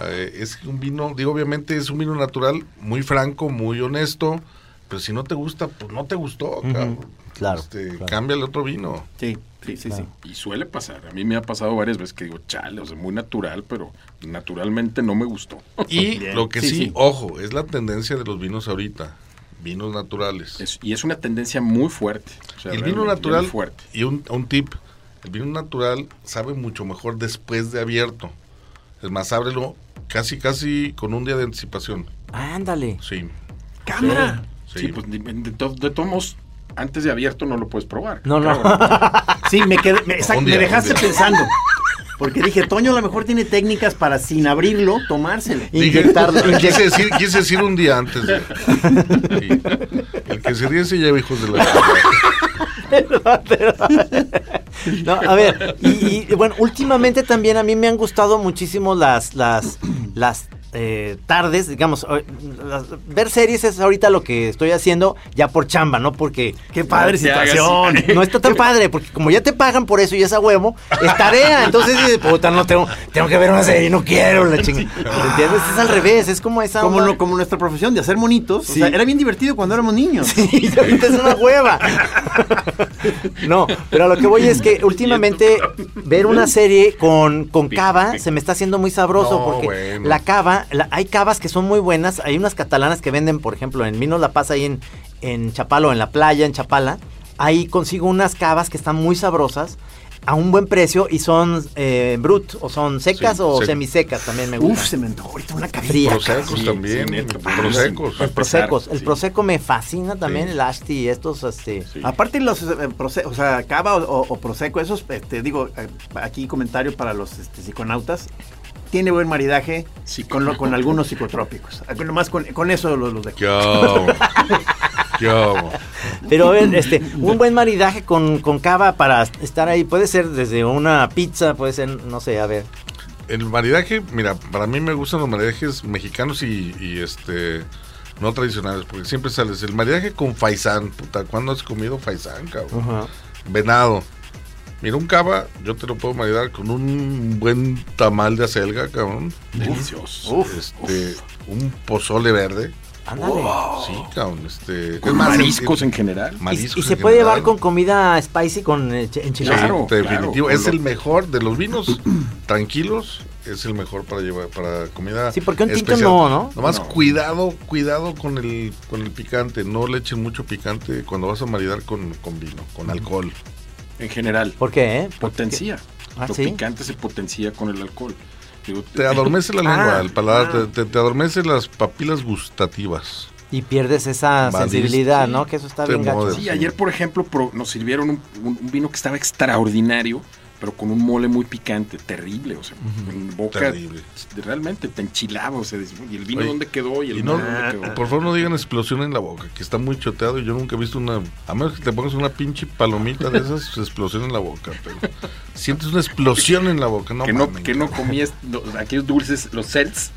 Speaker 4: eh, es un vino, digo, obviamente es un vino natural muy franco, muy honesto, pero si no te gusta, pues no te gustó, cabrón.
Speaker 3: claro,
Speaker 4: Este,
Speaker 3: claro.
Speaker 4: Cambia el otro vino.
Speaker 1: Sí, sí, sí, sí.
Speaker 2: Y suele pasar. A mí me ha pasado varias veces que digo, chale, o sea, muy natural, pero naturalmente no me gustó.
Speaker 4: Y
Speaker 1: Bien.
Speaker 4: lo que
Speaker 1: Sí,
Speaker 4: sí,
Speaker 1: sí.
Speaker 4: ojo, es la tendencia de los vinos ahorita, vinos naturales.
Speaker 2: Es- y es una tendencia muy fuerte. O sea,
Speaker 4: el vino
Speaker 2: realmente
Speaker 4: natural
Speaker 2: bien fuerte.
Speaker 4: y un, un tip, el vino natural sabe mucho mejor después de abierto. Es más, ábrelo casi casi con un día de anticipación.
Speaker 3: Ándale.
Speaker 4: Sí.
Speaker 2: ¡Cámara!
Speaker 4: Sí.
Speaker 2: Sí, pues de, de to- de todos modos, antes de abierto no lo puedes probar.
Speaker 3: No, no.
Speaker 2: Cabrón.
Speaker 1: Sí, me quedé, me, exacto,
Speaker 4: Un
Speaker 1: me
Speaker 4: día,
Speaker 1: dejaste
Speaker 4: un día.
Speaker 1: pensando. Porque dije, Toño a lo mejor tiene técnicas para sin abrirlo, tomárselo.
Speaker 4: Dije,
Speaker 3: Inyectarlo.
Speaker 4: quise, decir, quise decir un día antes. de- Y el que se ríe se lleva hijos de la
Speaker 3: No, a ver, y, y, bueno, últimamente también a mí me han gustado muchísimo las, las, las eh, tardes, digamos, o- las- ver series es ahorita lo que estoy haciendo ya por chamba, ¿no? Porque
Speaker 1: Qué padre
Speaker 2: te hagas-
Speaker 1: situación.
Speaker 3: no está tan padre, porque como ya te pagan por eso y es a huevo, es tarea. Entonces dices, puta, no tengo, tengo que ver una serie, no quiero la chingada. ¿Entiendes? Es al revés, es como esa.
Speaker 1: Como,
Speaker 3: onda-
Speaker 1: no- como nuestra profesión de hacer monitos. O
Speaker 3: Sí.
Speaker 1: sea, era bien divertido cuando éramos niños.
Speaker 3: Sí, ahorita es una hueva. No, pero a lo que voy es que últimamente ver una serie con, con cava se me está haciendo muy sabroso
Speaker 4: No,
Speaker 3: porque
Speaker 4: bueno.
Speaker 3: la cava, la- hay cavas que son muy buenas, hay unas catalanas que venden, por ejemplo, en Minos La Paz, ahí en, en Chapala o en la playa, en Chapala, ahí consigo unas cavas que están muy sabrosas. A un buen precio y son eh, brut, o son secas
Speaker 4: Sí,
Speaker 3: o
Speaker 4: sec-
Speaker 3: semisecas también me
Speaker 1: Uf,
Speaker 3: gustan.
Speaker 1: se me antojó ahorita una cabeza.
Speaker 3: Fría.
Speaker 4: Prosecos
Speaker 2: Sí,
Speaker 4: también.
Speaker 2: sí, neta, pues,
Speaker 4: prosecos.
Speaker 3: El Prosecco, el
Speaker 2: Sí.
Speaker 3: Prosecco me fascina también,
Speaker 4: Sí.
Speaker 3: el Ashti y estos, este...
Speaker 2: Sí.
Speaker 1: Aparte los eh, proce- o sea, cava o, o- o prosecco, esos, este, digo, eh, aquí comentario para los este, psiconautas, tiene buen maridaje
Speaker 2: Sí,
Speaker 1: con, lo- con algunos psicotrópicos. Ah, con- Nomás con, con eso los, los dejo.
Speaker 4: ¿Qué hago? ¿Qué hago?
Speaker 3: Pero a ver, este, un buen maridaje con, con cava para estar ahí. Puede ser desde una pizza, puede ser, no sé, a ver.
Speaker 4: El maridaje, mira, para mí me gustan los maridajes mexicanos y, y, este no tradicionales, porque siempre sales. El maridaje con faisán, puta, ¿cuándo has comido faisán, cabrón? Venado. Mira, un cava, yo te lo puedo maridar con un buen tamal de acelga, cabrón.
Speaker 2: Delicioso.
Speaker 1: Uf,
Speaker 4: Este, un pozole verde.
Speaker 3: Ándale.
Speaker 4: Sí,
Speaker 3: Oh.
Speaker 4: cabrón, este.
Speaker 2: Con mariscos en general.
Speaker 3: Y-
Speaker 4: mariscos
Speaker 3: y,
Speaker 4: en
Speaker 3: se puede
Speaker 4: general.
Speaker 3: llevar con comida spicy con eh, ch-
Speaker 4: Sí,
Speaker 3: enchilada.
Speaker 2: Claro,
Speaker 4: definitivo.
Speaker 2: claro.
Speaker 4: es el mejor de los vinos tranquilos. Es el mejor para llevar para comida.
Speaker 3: Sí, porque un tinto
Speaker 4: especial.
Speaker 3: no, ¿no?
Speaker 4: Nomás
Speaker 2: No.
Speaker 4: cuidado, cuidado con el con el picante. No le echen mucho picante cuando vas a maridar con, con vino, con alcohol.
Speaker 2: En general.
Speaker 3: ¿Por qué? eh? Porque-
Speaker 2: Potencia.
Speaker 3: Ah,
Speaker 2: Lo
Speaker 3: ¿sí?
Speaker 2: picante se potencia con el alcohol. Digo,
Speaker 4: Te adormece la
Speaker 1: Ah,
Speaker 4: lengua, el paladar,
Speaker 1: ah.
Speaker 4: te, te- te adormece las papilas gustativas.
Speaker 3: Y pierdes esa
Speaker 4: Valiste,
Speaker 3: sensibilidad, ¿no? Que eso está
Speaker 4: te
Speaker 3: bien gacho.
Speaker 4: mueres.
Speaker 2: Sí, ayer, por ejemplo, pro- nos sirvieron un, un- un vino que estaba extraordinario, pero con un mole muy picante, terrible. O sea, en boca.
Speaker 4: Terrible.
Speaker 2: Realmente te enchilaba. O sea, dices, "Uy, ¿y el vino
Speaker 4: Oye,
Speaker 2: dónde quedó? ¿Y el
Speaker 4: Y no,
Speaker 2: mole dónde quedó?
Speaker 4: por favor no digan explosión en la boca, que está muy choteado y yo nunca he visto una, a menos que te pongas una pinche palomita de esas, explosión en la boca, pero sientes una explosión en la boca, no
Speaker 2: que, no,
Speaker 4: mamen,
Speaker 2: que no
Speaker 4: cabrón.
Speaker 2: comías los- aquellos dulces, los sets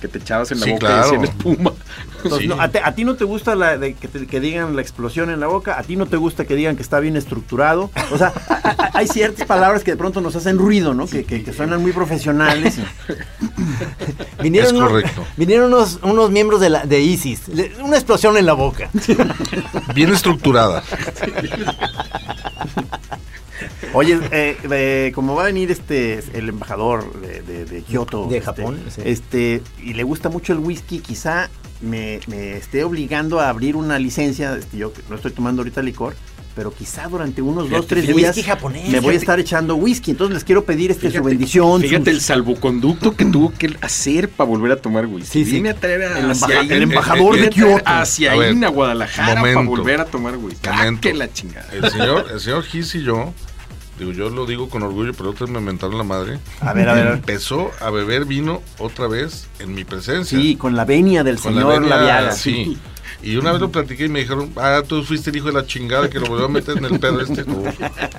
Speaker 2: que te echabas en la
Speaker 4: Sí,
Speaker 2: boca
Speaker 4: claro.
Speaker 2: y hacían espuma.
Speaker 1: Entonces,
Speaker 4: Sí.
Speaker 1: no, a, te- a ti no te gusta la de que, te- que digan la explosión en la boca, a ti no te gusta que digan que está bien estructurado. O sea, a- a- hay ciertas palabras que de pronto nos hacen ruido, ¿no? Que, que- que suenan muy profesionales.
Speaker 3: Vinieron,
Speaker 4: Es
Speaker 3: unos-
Speaker 4: correcto.
Speaker 3: vinieron unos, unos miembros de, la, de ISIS. le- una explosión en la boca.
Speaker 4: Bien estructurada.
Speaker 1: Oye, eh, eh, como va a venir este el embajador de, de- de Kioto,
Speaker 3: De
Speaker 1: este,
Speaker 3: Japón, sí.
Speaker 1: este, y le gusta mucho el whisky, quizá me, me esté obligando a abrir una licencia. este, yo que no estoy tomando ahorita licor, pero quizá durante unos
Speaker 2: Fíjate,
Speaker 1: dos tres
Speaker 3: el
Speaker 1: días
Speaker 3: whisky japonés,
Speaker 1: me voy
Speaker 3: fíjate.
Speaker 1: a estar echando whisky. Entonces les quiero pedir este su bendición.
Speaker 2: Fíjate
Speaker 1: sus-
Speaker 2: el salvoconducto que tuvo que hacer para volver a tomar
Speaker 3: Sí,
Speaker 2: whisky.
Speaker 3: sí.
Speaker 2: Vine a traer a
Speaker 1: El
Speaker 2: hacia
Speaker 1: embaja-
Speaker 2: ahí-
Speaker 1: el embajador de
Speaker 2: vine a traer
Speaker 1: Kioto.
Speaker 2: Hacia
Speaker 4: A
Speaker 2: ahí,
Speaker 4: ver,
Speaker 2: a Guadalajara para
Speaker 4: momento.
Speaker 2: volver a tomar whisky. Ah,
Speaker 4: Momento.
Speaker 2: que la chingada.
Speaker 4: El señor, el señor Gis y yo, digo, yo lo digo con orgullo, pero otros me inventaron la madre.
Speaker 1: A ver, a ver. a ver.
Speaker 4: Empezó a beber vino otra vez en mi presencia.
Speaker 1: Sí, con la venia del
Speaker 4: Con
Speaker 1: señor
Speaker 4: venia,
Speaker 1: Labiaga.
Speaker 4: Sí. Y una vez lo platiqué y me dijeron, ah, tú fuiste el hijo de la chingada que lo volvió a meter en el pedo este. No,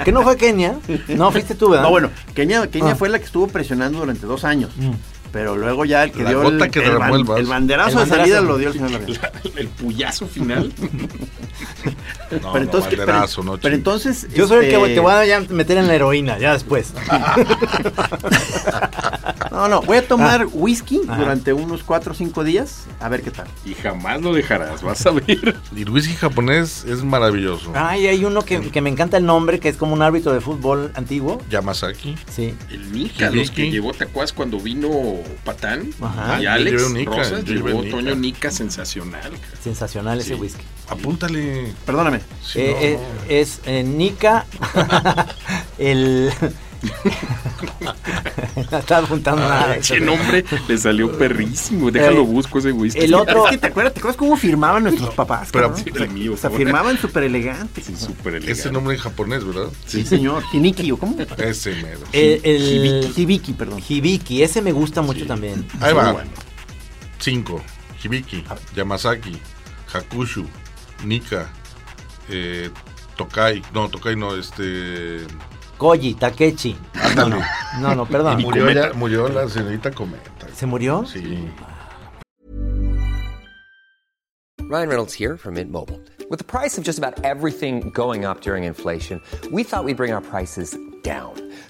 Speaker 3: Que no fue Kenia. No, fuiste tú, ¿verdad?
Speaker 1: No, bueno, Kenia, Kenia
Speaker 3: Ah.
Speaker 1: fue la que estuvo presionando durante dos años.
Speaker 3: Mm.
Speaker 1: Pero luego ya el que
Speaker 4: La
Speaker 1: dio
Speaker 4: gota
Speaker 1: el,
Speaker 4: que
Speaker 1: el
Speaker 4: derramó
Speaker 1: ban-
Speaker 4: el vaso.
Speaker 1: el banderazo
Speaker 3: El
Speaker 1: de salida
Speaker 3: banderazo.
Speaker 1: lo dio el señor Labiaga.
Speaker 2: El puyazo final.
Speaker 4: no,
Speaker 1: pero entonces, pero-
Speaker 4: banderazo, no
Speaker 1: pero,
Speaker 4: chingues.
Speaker 1: entonces
Speaker 3: Yo soy el
Speaker 1: este, Ah,
Speaker 3: que te voy a ya meter en la heroína, ya después.
Speaker 1: no no voy a tomar whisky
Speaker 3: Ajá.
Speaker 1: durante unos 4 o 5 días a ver qué tal
Speaker 2: Y jamás lo dejarás, vas a ver.
Speaker 4: Y el whisky japonés es maravilloso.
Speaker 1: Ah.
Speaker 3: Ay, Ah, hay uno que, que me encanta el nombre, que es como un árbitro de fútbol antiguo.
Speaker 4: Yamazaki.
Speaker 3: Sí.
Speaker 2: El Nica, los que
Speaker 4: Hibiki.
Speaker 2: llevó, ¿te acuerdas cuando vino Patán?
Speaker 3: Ajá.
Speaker 2: Y
Speaker 4: Yo
Speaker 2: Alex
Speaker 4: llevé un Ah, Nica,
Speaker 2: Rosas
Speaker 4: yo llevé
Speaker 2: llevó
Speaker 4: Nica.
Speaker 2: Toño Nica sensacional. cara.
Speaker 3: Sensacional ese
Speaker 2: Sí.
Speaker 3: whisky.
Speaker 4: Apúntale.
Speaker 1: perdóname
Speaker 4: Sí,
Speaker 3: Eh,
Speaker 4: no,
Speaker 3: eh,
Speaker 4: no.
Speaker 3: Es eh, Nica, el, Está apuntando
Speaker 4: Ah,
Speaker 3: nada.
Speaker 2: Ese nombre le salió perrísimo. Déjalo
Speaker 3: Eh,
Speaker 2: busco ese whisky.
Speaker 3: el otro-
Speaker 1: Es que te acuerdas, ¿te acuerdas cómo firmaban nuestros papás?
Speaker 4: Pero
Speaker 1: cabrón?
Speaker 4: sí, el mío,
Speaker 1: O sea,
Speaker 2: cabrón.
Speaker 1: firmaban súper elegantes.
Speaker 2: Sí, súper elegante.
Speaker 4: Ese nombre en japonés, ¿verdad?
Speaker 1: Sí, Eh, señor. Hiniki, ¿o cómo?
Speaker 4: Ese mero.
Speaker 3: Eh, El,
Speaker 1: Hibiki,
Speaker 3: el
Speaker 1: Hibiki, perdón.
Speaker 3: Hibiki, ese me gusta mucho también.
Speaker 4: Ahí
Speaker 2: Muy
Speaker 4: va.
Speaker 2: bueno.
Speaker 4: 5. Hibiki,
Speaker 1: Ah.
Speaker 4: Yamazaki, Hakushu, Nika, eh, Tokai. No, Tokai no, este.
Speaker 3: Koji, Takechi. No, no, no, no, perdón.
Speaker 2: Hibiki.
Speaker 4: Murió,
Speaker 2: Cometa.
Speaker 4: ya- murió la señorita Cometa.
Speaker 3: ¿Se murió?
Speaker 4: Sí.
Speaker 5: Ryan Reynolds here from Mint Mobile. With the price of just about everything going up during inflation, we thought we'd bring our prices down.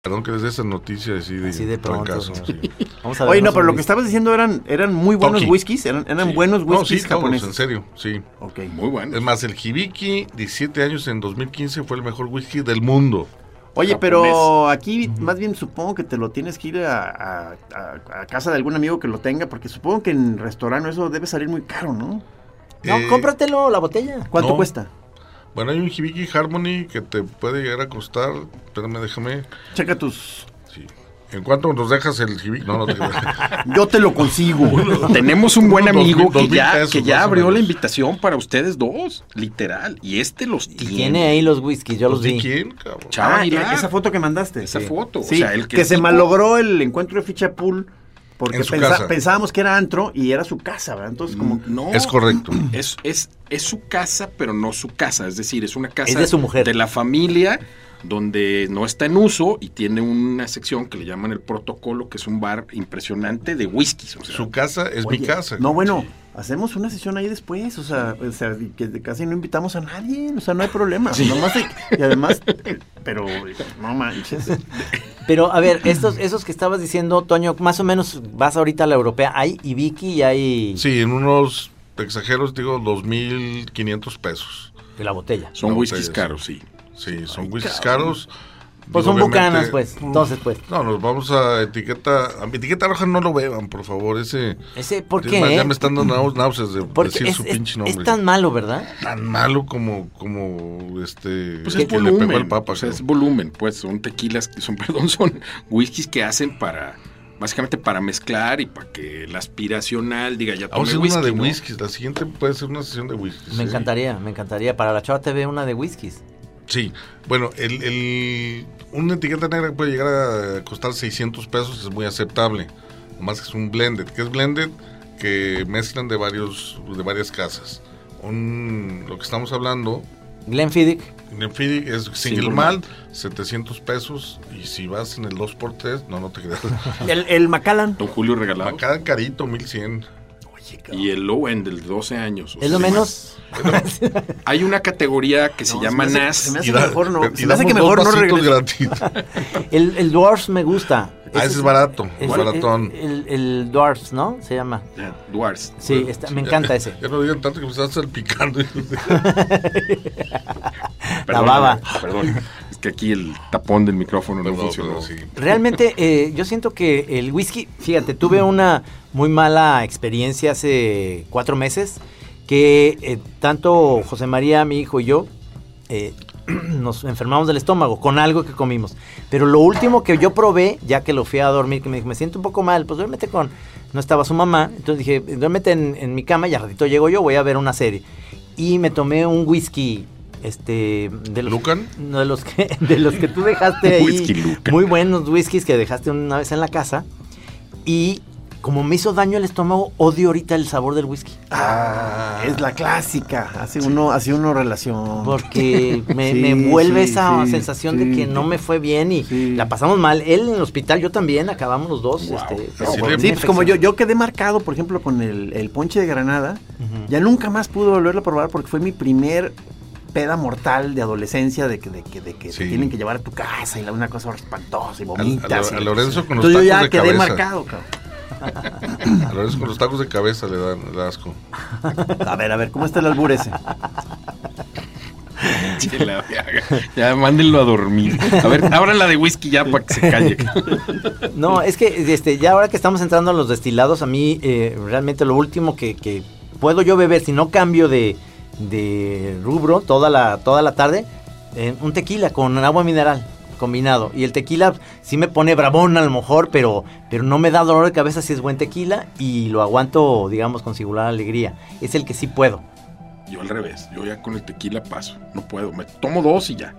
Speaker 4: Perdón que les dé esa noticia así de,
Speaker 3: Así de pronto,
Speaker 4: trancazo,
Speaker 3: ¿no?
Speaker 4: sí.
Speaker 3: Vamos a ver
Speaker 1: Oye, no,
Speaker 3: más
Speaker 1: pero
Speaker 3: un
Speaker 1: lo que
Speaker 3: whisky.
Speaker 1: estabas diciendo eran, eran muy buenos
Speaker 4: Toki.
Speaker 1: whiskies. Eran, eran
Speaker 4: Sí.
Speaker 1: buenos
Speaker 4: No,
Speaker 1: whiskies
Speaker 4: sí, todos,
Speaker 1: japoneses.
Speaker 4: en serio, sí.
Speaker 1: Ok.
Speaker 2: Muy bueno.
Speaker 4: Es más, el Hibiki, 17 años en 2015, fue el mejor whisky del mundo.
Speaker 1: Oye,
Speaker 2: japonés.
Speaker 1: pero aquí más bien supongo que te lo tienes que ir a, a- a- a casa de algún amigo que lo tenga, porque supongo que en restaurante eso debe salir muy caro, ¿no?
Speaker 3: No,
Speaker 4: Eh,
Speaker 3: cómpratelo, la botella.
Speaker 1: ¿Cuánto
Speaker 4: No.
Speaker 1: cuesta?
Speaker 4: Bueno, hay un Hibiki Harmony que te puede llegar a costar. Espérame, déjame.
Speaker 1: Checa tus...
Speaker 4: Sí. ¿En cuánto nos dejas el Hibiki? No, no te
Speaker 1: Yo te lo consigo. Ah,
Speaker 2: Tenemos un buen
Speaker 4: Unos dos
Speaker 2: amigo
Speaker 4: mil- dos
Speaker 2: que
Speaker 4: mil
Speaker 2: ya,
Speaker 4: pesos,
Speaker 2: que ya
Speaker 4: más o
Speaker 2: abrió la
Speaker 4: menos.
Speaker 2: invitación para ustedes dos, literal. Y este los
Speaker 3: Y
Speaker 2: tiene.
Speaker 3: tiene ahí los whiskies, yo los
Speaker 4: ¿De
Speaker 3: vi.
Speaker 4: quién, cabrón?
Speaker 2: Chava
Speaker 1: Ah,
Speaker 2: Aguilar.
Speaker 1: esa foto que mandaste.
Speaker 2: Esa
Speaker 1: Sí.
Speaker 2: foto, o
Speaker 1: Sí,
Speaker 2: sea, el
Speaker 1: que,
Speaker 2: que
Speaker 1: se
Speaker 2: tipo-
Speaker 1: malogró el encuentro de Fichapul porque
Speaker 4: En su
Speaker 1: pensa-
Speaker 4: casa.
Speaker 1: pensábamos que era antro y era su casa, ¿verdad? Entonces, como...
Speaker 2: No.
Speaker 4: Es correcto.
Speaker 2: Es, es, es su casa, pero no su casa. Es decir, es una casa
Speaker 3: Es de su mujer.
Speaker 2: de la familia donde no está en uso y tiene una sección que le llaman el protocolo, que es un bar impresionante de whiskies. o sea,
Speaker 4: Su casa es mi
Speaker 1: Oye,
Speaker 4: casa.
Speaker 1: No, bueno, hacemos una sesión ahí después, o sea, o sea, que casi no invitamos a nadie, o sea, no hay problema. Nomás hay- y además, pero no manches.
Speaker 3: Pero a ver, estos, esos que estabas diciendo, Toño, más o menos vas ahorita a la europea. Hay Hibiki y hay
Speaker 4: Sí, en unos te exageros digo 2.500 pesos.
Speaker 3: de la botella.
Speaker 2: son
Speaker 4: no,
Speaker 2: whiskies
Speaker 4: ustedes.
Speaker 2: caros, sí.
Speaker 4: Sí, son whiskies caros.
Speaker 3: Pues
Speaker 4: Digo,
Speaker 3: son bucanas,
Speaker 4: obviamente, mm,
Speaker 3: pues. Entonces, pues.
Speaker 4: No, nos vamos a etiqueta. A mi etiqueta roja no lo beban, por favor. Ese.
Speaker 3: Ese, ¿por
Speaker 4: es
Speaker 3: qué?
Speaker 4: más,
Speaker 3: eh?
Speaker 4: ya me están dando náu- náuseas de
Speaker 3: Porque
Speaker 4: decir
Speaker 3: es,
Speaker 4: su
Speaker 3: es-
Speaker 4: pinche
Speaker 3: es
Speaker 4: nombre.
Speaker 3: tan malo, ¿verdad?
Speaker 4: tan malo como, como este.
Speaker 2: Pues
Speaker 4: el
Speaker 2: es
Speaker 4: que le pegó
Speaker 2: volumen.
Speaker 4: el Papa.
Speaker 2: o sea, es
Speaker 4: creo.
Speaker 2: volumen, pues son tequilas, que son, perdón, son whiskies que hacen para, básicamente para mezclar y para que el aspiracional diga ya
Speaker 4: Vamos a
Speaker 2: tomé whisky.
Speaker 4: hacer Ah, una de
Speaker 2: ¿no?
Speaker 4: whiskies. La siguiente puede ser una sesión de whiskies. ¿eh?
Speaker 3: Me
Speaker 4: ¿sí?
Speaker 3: encantaría, me encantaría. Para la Chava TV, una de whiskies.
Speaker 4: Sí, bueno, el, el- una etiqueta negra puede llegar a costar 600 pesos, es muy aceptable. Más que es un blended. ¿Qué es blended? Que mezclan de, varios, de varias casas. Un, lo que estamos hablando,
Speaker 3: Glenfiddich,
Speaker 4: Glenfiddich es single,
Speaker 2: Single
Speaker 4: malt, 700 pesos. Y si vas en el 2x3, no, no te quedas.
Speaker 1: El, el Macallan.
Speaker 2: Don Julio regalado.
Speaker 4: Cada carito, 1100.
Speaker 2: Y el low end del 12 años. o
Speaker 3: es lo
Speaker 2: sea,
Speaker 3: menos.
Speaker 2: Hay una categoría que se
Speaker 1: No,
Speaker 2: llama
Speaker 1: se me hace-
Speaker 2: NAS.
Speaker 1: se me hace-
Speaker 4: Y
Speaker 1: que
Speaker 4: da-
Speaker 1: mejor no-
Speaker 4: y
Speaker 1: se me hace
Speaker 4: damos
Speaker 1: que
Speaker 4: dos
Speaker 1: mejor no
Speaker 4: vasitos gratis.
Speaker 3: El, el Dwarfs me gusta.
Speaker 4: Ah, ese es barato,
Speaker 1: eh,
Speaker 3: ese-
Speaker 4: baratón.
Speaker 3: El, el, el Dwarfs, ¿no? Se llama.
Speaker 2: Ah, Dwarfs.
Speaker 1: eh,
Speaker 3: Sí,
Speaker 4: Pues,
Speaker 3: está- me encanta ese.
Speaker 4: ya no digan tanto que me estás salpicando.
Speaker 2: Perdón,
Speaker 3: baba.
Speaker 2: Perdón. Es que aquí el tapón del micrófono no
Speaker 4: Perdón,
Speaker 2: funcionó.
Speaker 4: perdón, sí.
Speaker 3: Realmente, eh, yo siento que el whisky, fíjate, tuve una muy mala experiencia hace cuatro meses, que eh, tanto José María, mi hijo y yo, eh, nos enfermamos del estómago con algo que comimos. Pero lo último que yo probé, ya que lo fui a dormir, que me dijo, me siento un poco mal, pues duérmete con... No estaba su mamá, entonces dije, duérmete en, en mi cama y al ratito llego yo, voy a ver una serie. Y me tomé un whisky, este... De los,
Speaker 4: ¿Lucan?
Speaker 3: No, de los que, de los que tú dejaste ahí.
Speaker 2: Whisky Lucan.
Speaker 3: Muy buenos whiskies que dejaste una vez en la casa. Y como me hizo daño el estómago, odio ahorita el sabor del whisky.
Speaker 1: Ah, es la clásica. Hace uno, hace uno relación.
Speaker 3: Porque me,
Speaker 1: Sí,
Speaker 3: me envuelve
Speaker 1: sí,
Speaker 3: esa
Speaker 1: sí,
Speaker 3: sensación
Speaker 1: sí.
Speaker 3: de que no me fue bien y
Speaker 1: Sí.
Speaker 3: la pasamos mal. Él en el hospital, yo también, acabamos los dos. este, pero
Speaker 4: Así
Speaker 3: por
Speaker 4: le-
Speaker 3: una
Speaker 1: Sí, pues como yo,
Speaker 3: infección.
Speaker 1: yo quedé marcado, por ejemplo, con el, el ponche de granada, ya nunca más pude volverlo a probar porque fue mi primer peda mortal de adolescencia de que, de que, de que te
Speaker 4: Sí.
Speaker 1: tienen que llevar a tu casa y la- una cosa espantosa y
Speaker 4: Al-
Speaker 1: vomitas.
Speaker 4: A, a
Speaker 1: y-
Speaker 4: Lorenzo con los
Speaker 1: Entonces yo
Speaker 4: tacos
Speaker 1: ya
Speaker 4: de
Speaker 1: quedé
Speaker 4: cabeza.
Speaker 1: marcado, cabrón.
Speaker 4: A veces con los tacos de cabeza le dan, le da asco.
Speaker 1: A ver, a ver, ¿cómo está el albur ese?
Speaker 2: Sí, la verga. Ya, mándenlo a dormir. A ver, abran la de whisky ya para que se calle.
Speaker 3: No, es que este, ya ahora que estamos entrando a los destilados, a mí eh, realmente lo último que, que puedo yo beber, si no cambio de, de rubro toda la, toda la tarde, eh, un tequila con agua mineral combinado. Y el tequila sí me pone bravón a lo mejor, pero, pero no me da dolor de cabeza si es buen tequila y lo aguanto, digamos, con singular alegría. Es el que sí puedo.
Speaker 2: Yo al revés, yo ya con el tequila paso. No puedo, me tomo dos y ya.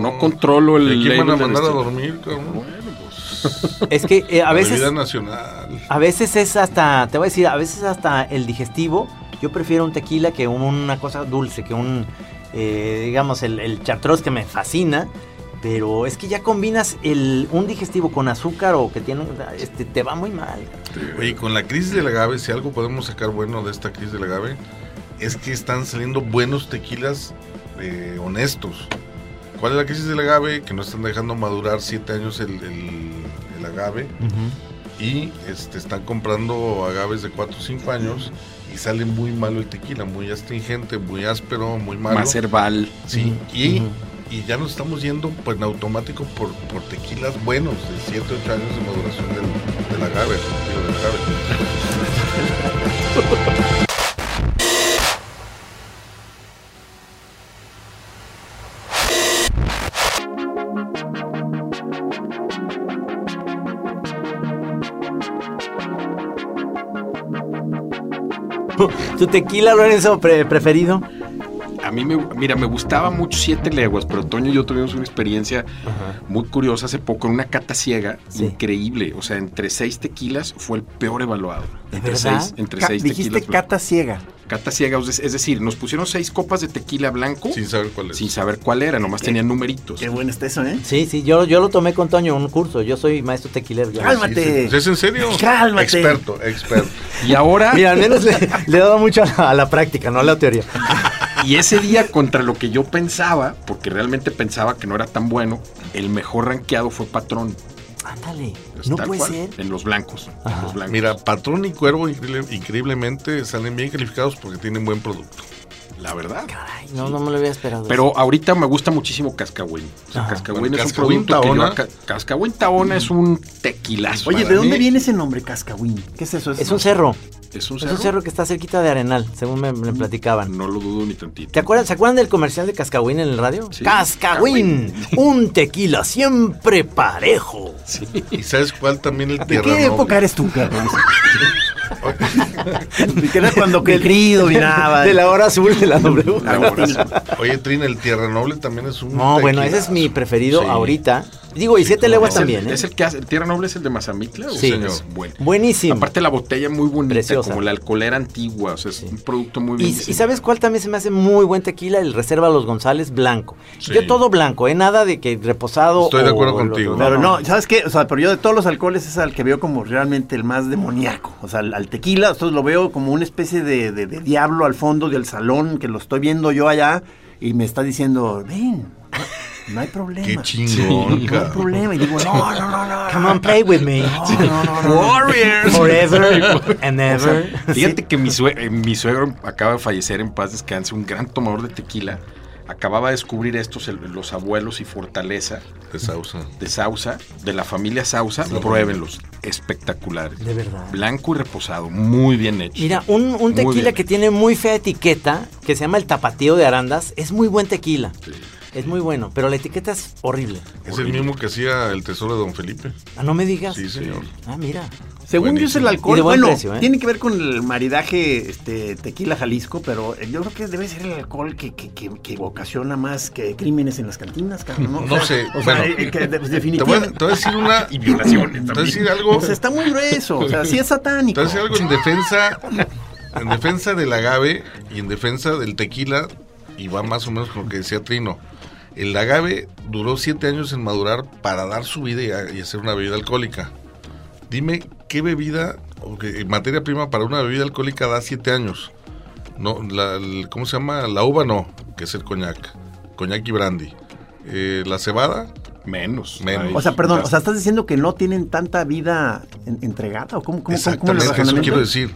Speaker 2: No controlo el.
Speaker 4: Mm. ¿Y ¿A quién van a
Speaker 2: label del este?
Speaker 4: mandar a
Speaker 2: estilo.
Speaker 4: dormir, cabrón? Bueno, pues.
Speaker 3: Es que eh, a veces...
Speaker 4: Bebida nacional.
Speaker 3: A veces es hasta, te voy a decir, a veces hasta el digestivo. Yo prefiero un tequila que una cosa dulce, que un, eh, digamos, el, el chartreuse que me fascina. Pero es que ya combinas el, un digestivo con azúcar o que tiene, este, te va muy mal.
Speaker 4: Oye, con la crisis del agave, si algo podemos sacar bueno de esta crisis del agave, es que están saliendo buenos tequilas eh, honestos. ¿Cuál es la crisis del agave? Que no están dejando madurar siete años el, el- el agave y este, están comprando agaves de 4 o 5 años y sale muy malo el tequila, muy astringente, muy áspero, muy malo.
Speaker 2: Más herbal.
Speaker 4: Sí, y, y ya nos estamos yendo pues, en automático por, por tequilas buenos de 7 8 años de maduración del, del agave. digo, del agave.
Speaker 3: ¿Tu tequila, Lorenzo, pre- preferido?
Speaker 2: A mí, me, mira, me gustaba mucho Siete Leguas, pero Toño y yo tuvimos una experiencia muy curiosa hace poco en una cata ciega
Speaker 3: Sí.
Speaker 2: increíble. O sea, entre seis tequilas fue el peor evaluado.
Speaker 3: ¿De
Speaker 2: entre
Speaker 3: verdad?
Speaker 2: seis, entre
Speaker 1: Ca-
Speaker 2: seis
Speaker 1: dijiste
Speaker 2: tequilas.
Speaker 1: cata ciega.
Speaker 2: Cata ciega, o sea, es decir, nos pusieron seis copas de tequila blanco
Speaker 4: Sin
Speaker 2: sin,
Speaker 4: saber cuál es.
Speaker 2: saber cuál era, nomás tenían numeritos.
Speaker 1: Qué bueno está eso, ¿eh?
Speaker 3: Sí, sí, yo, yo lo tomé con Toño en un curso. Yo soy maestro tequilero. ya.
Speaker 1: Cálmate.
Speaker 4: Sí, ¿Es en serio?
Speaker 1: Cálmate.
Speaker 4: Experto, experto.
Speaker 2: Y ahora,
Speaker 3: Mira, al menos le, le he dado mucho a la, a la práctica, no a la teoría.
Speaker 2: y ese día contra lo que yo pensaba, porque realmente pensaba que no era tan bueno, el mejor ranqueado fue Patrón.
Speaker 3: Ándale,
Speaker 2: Es
Speaker 3: no
Speaker 2: tal
Speaker 3: puede
Speaker 2: cual,
Speaker 3: ser.
Speaker 2: En los blancos. en los blancos.
Speaker 4: Mira, Patrón y Cuervo increíble- increíblemente salen bien calificados porque tienen buen producto.
Speaker 2: la verdad.
Speaker 3: Ay, no, no me lo había esperado.
Speaker 2: Pero ahorita me gusta muchísimo Cascahuín. O sea,
Speaker 3: Ajá.
Speaker 2: Cascahuín
Speaker 4: Bueno,
Speaker 2: es
Speaker 4: Cascahuín
Speaker 2: un producto que yo
Speaker 4: Taona.
Speaker 2: acá- Cascahuín Taona es un tequilazo.
Speaker 1: Oye, ¿de
Speaker 2: Para
Speaker 1: dónde
Speaker 2: mí
Speaker 1: viene ese nombre, Cascahuín? ¿Qué es eso?
Speaker 3: Es un cerro.
Speaker 2: Es un
Speaker 3: Es
Speaker 2: cerro.
Speaker 3: un Pues cerro que está cerquita de Arenal, según me, me platicaban.
Speaker 2: No lo dudo ni tantito.
Speaker 3: ¿Te acuerdas, ¿Se acuerdan del comercial de Cascahuín en el radio?
Speaker 2: Sí.
Speaker 3: ¡Cascahuín! Un tequila siempre parejo.
Speaker 4: ¿Y sabes cuál también el
Speaker 1: ¿De
Speaker 4: Tierra
Speaker 1: qué
Speaker 4: Noble?
Speaker 1: época eres tú, cabrón? ¿De qué era cuando que el cri dominaba?
Speaker 3: De la hora azul de la W.
Speaker 2: La verdad.
Speaker 4: Oye, Trina, el Tierra Noble también es un
Speaker 3: No, bueno, ese es
Speaker 4: tequilazo.
Speaker 3: mi preferido
Speaker 4: Sí.
Speaker 3: ahorita. Digo, y siete
Speaker 4: cómo
Speaker 3: leguas
Speaker 2: Es el-
Speaker 3: también, ¿eh?
Speaker 2: Es el que hace, el Tierra Noble es el de Mazamitla,
Speaker 3: Sí.
Speaker 2: señor. Bueno.
Speaker 3: Buenísimo.
Speaker 2: Aparte la botella muy bonita,
Speaker 3: Preciosa.
Speaker 2: como la alcoholera antigua, o sea, es un producto muy
Speaker 3: Y,
Speaker 2: bien.
Speaker 3: y sabes cuál también se me hace muy buen tequila, el Reserva Los González blanco.
Speaker 4: Sí.
Speaker 3: Yo todo blanco, ¿eh? Nada de que reposado.
Speaker 4: Estoy de acuerdo
Speaker 3: lo-
Speaker 4: contigo.
Speaker 1: Pero no, ¿sabes qué? O sea, pero yo de todos los alcoholes es al que veo como realmente el más demoníaco. O sea, al, al tequila, o sea, lo veo como una especie de, de- de diablo al fondo del salón que lo estoy viendo yo allá y me está diciendo, ven, no hay problema.
Speaker 4: Qué chingón,
Speaker 1: No hay
Speaker 4: cabrón.
Speaker 1: problema. Y digo, no, no, no, no.
Speaker 3: Come on, play with me.
Speaker 1: No, no, no, no.
Speaker 2: Warriors.
Speaker 3: Forever and ever.
Speaker 2: Fíjate que mi, sue- eh, mi suegro acaba de fallecer en paz descanse, un gran tomador de tequila. Acababa de descubrir estos, el- los abuelos y fortaleza
Speaker 4: De Sausa.
Speaker 2: de Sausa, de la familia Sausa. Pruébenlos, espectaculares.
Speaker 3: De verdad.
Speaker 2: Blanco y reposado, muy bien hecho.
Speaker 3: Mira, un, un
Speaker 2: Muy
Speaker 3: tequila
Speaker 2: bien.
Speaker 3: que tiene muy fea etiqueta, que se llama el tapatío de arandas, es muy buen tequila. Es muy bueno, pero la etiqueta es horrible.
Speaker 4: Es el mismo que hacía el tesoro de Don Felipe.
Speaker 3: Ah, no me digas.
Speaker 4: Sí, señor.
Speaker 3: Ah, mira.
Speaker 1: Según yo es el
Speaker 4: Buenísimo.
Speaker 3: Y
Speaker 1: alcohol,
Speaker 3: de buen
Speaker 1: bueno,
Speaker 3: precio, ¿eh?
Speaker 1: tiene que ver con el maridaje este, tequila Jalisco, pero eh, yo creo que debe ser el alcohol que, que- que- que ocasiona más que crímenes en las cantinas, cabrón. ¿no? O
Speaker 4: No
Speaker 1: sea,
Speaker 4: sé,
Speaker 1: O sea,
Speaker 4: bueno.
Speaker 1: eh, que de-
Speaker 4: Te voy, a,
Speaker 1: definitivamente.
Speaker 4: te voy a decir una.
Speaker 2: Y violaciones
Speaker 4: Te voy a
Speaker 2: también.
Speaker 4: decir algo.
Speaker 1: O
Speaker 3: Pues
Speaker 1: sea, está muy grueso, o sea, sí es
Speaker 4: Te
Speaker 1: satánico.
Speaker 4: voy a decir algo en defensa. En defensa del agave y en defensa del tequila. Y va más o menos con lo que decía Trino. El agave duró siete años en madurar para dar su vida y, a- y hacer una bebida alcohólica. Dime qué bebida, o qué- eh, materia prima para una bebida alcohólica da siete años. No, la- el- ¿Cómo se llama? La uva no, que es el coñac. Coñac y brandy. Eh, la cebada,
Speaker 2: Menos.
Speaker 4: Menos.
Speaker 2: Ay,
Speaker 1: O sea, perdón, o sea,
Speaker 2: bastante.
Speaker 1: ¿estás diciendo que no tienen tanta vida en- entregada? ¿O cómo, cómo, cómo- cómo
Speaker 4: Exactamente, eso
Speaker 1: razonamiento?
Speaker 4: quiero decir.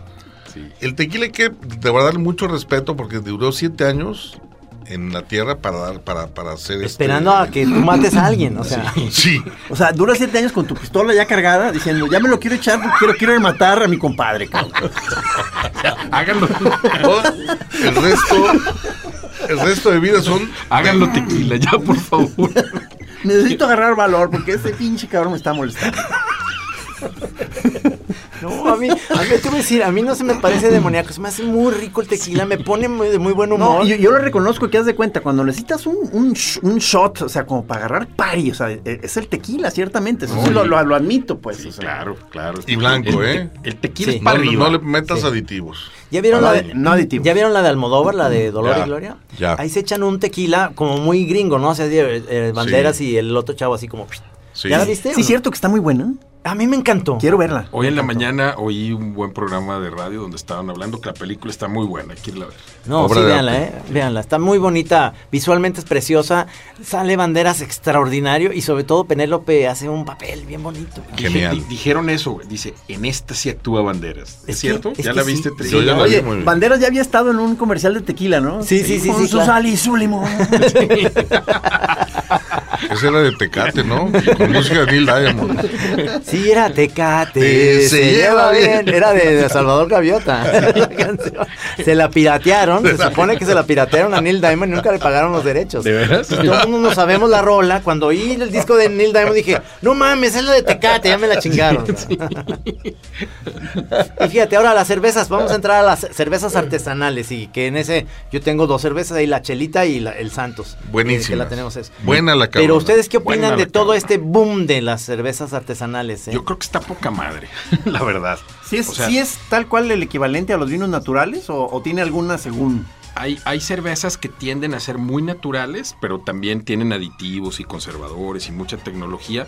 Speaker 2: Sí.
Speaker 4: El tequila hay que de verdad darle mucho respeto porque duró siete años en la tierra para dar, para, para hacer este-
Speaker 3: Esperando a que tú mates a alguien, o sea.
Speaker 4: Sí,
Speaker 1: O sea, dura siete años con tu pistola ya cargada diciendo, ya me lo quiero echar porque quiero, quiero matar a mi compadre, cabrón.
Speaker 2: Háganlo,
Speaker 4: todo- el resto, el resto de vida son
Speaker 2: háganlo tequila, ya, por favor.
Speaker 1: Necesito agarrar valor porque ese pinche cabrón me está molestando.
Speaker 3: No, a mí, a mí te voy a decir, a mí no se me parece demoníaco, se me hace muy rico el tequila, me pone muy- de muy buen humor.
Speaker 1: No, yo, yo lo reconozco que haz de cuenta, cuando necesitas un, un, sh- un shot, o sea, como para agarrar pari, o sea, e- es el tequila, ciertamente. Eso sí lo, lo- lo admito, pues. o sea.
Speaker 2: Claro, claro.
Speaker 4: Y blanco,
Speaker 2: El te-
Speaker 4: ¿eh?
Speaker 2: El tequila
Speaker 3: Sí.
Speaker 2: es
Speaker 4: no,
Speaker 2: para
Speaker 4: no-
Speaker 2: arriba.
Speaker 4: no le metas aditivos.
Speaker 3: ¿Ya vieron,
Speaker 1: No
Speaker 3: la
Speaker 1: adi-
Speaker 3: de,
Speaker 1: no aditivos.
Speaker 3: ¿Ya vieron la de Almodóvar, la de Dolor
Speaker 4: Ya,
Speaker 3: y Gloria?
Speaker 4: ya.
Speaker 3: Ahí se echan un tequila como muy gringo, ¿no? O sea, de- eh, banderas y el otro chavo así como...
Speaker 4: Sí.
Speaker 3: ¿Ya la viste?
Speaker 1: Sí, cierto que está muy buena.
Speaker 3: A mí me encantó.
Speaker 1: Quiero verla.
Speaker 2: Hoy en la mañana oí un buen programa de radio donde estaban hablando que la película está muy buena. Hay que irla a ver.
Speaker 3: No,
Speaker 4: Obra
Speaker 3: sí,
Speaker 4: de
Speaker 3: véanla,
Speaker 4: arte.
Speaker 3: ¿eh? Véanla. Está muy bonita, visualmente es preciosa, sale banderas extraordinario y sobre todo Penélope hace un papel bien bonito.
Speaker 2: Dije-
Speaker 4: Genial.
Speaker 2: di- dijeron eso, güey. Dice, en esta sí actúa Banderas. ¿Es,
Speaker 3: Es que-
Speaker 2: cierto?
Speaker 3: es
Speaker 2: ¿Ya
Speaker 3: que
Speaker 2: la
Speaker 3: sí.
Speaker 2: viste?
Speaker 3: Sí,
Speaker 2: Trillo?
Speaker 4: ya la vi.
Speaker 1: Oye,
Speaker 4: muy bien.
Speaker 1: Banderas ya había estado en un comercial de tequila, ¿no?
Speaker 3: Sí, sí, sí,
Speaker 1: Con
Speaker 3: sí,
Speaker 1: su
Speaker 3: claro.
Speaker 1: sal y su limón.
Speaker 4: Esa era de Tecate, ¿no? Con música de Neil Diamond.
Speaker 3: Sí, era Tecate,
Speaker 4: Sí,
Speaker 3: se, lleva bien. Era de, de Salvador Gaviota. la canción. se la piratearon, se supone que se la piratearon a Neil Diamond y nunca le pagaron los derechos.
Speaker 2: ¿De veras?
Speaker 3: Y todo el mundo sabemos la rola. Cuando oí el disco de Neil Diamond dije, no mames, es la de Tecate, ya me la chingaron. y fíjate, ahora las cervezas, vamos a entrar a las cervezas artesanales y que en ese yo tengo dos cervezas ahí, la Chelita y la- el Santos.
Speaker 4: Buenísimas.
Speaker 3: Que, que la tenemos es.
Speaker 4: Buena la cabrona.
Speaker 3: Pero ustedes qué
Speaker 2: Buena la
Speaker 3: opinan de todo
Speaker 2: cabrona.
Speaker 3: este boom de las cervezas artesanales, eh?
Speaker 2: Yo creo que está poca madre, la verdad.
Speaker 1: ¿Sí es,
Speaker 2: O sea,
Speaker 1: sí es tal cual el equivalente a los vinos naturales o, o tiene alguna según?
Speaker 2: Hay, hay cervezas que tienden a ser muy naturales, pero también tienen aditivos y conservadores y mucha tecnología.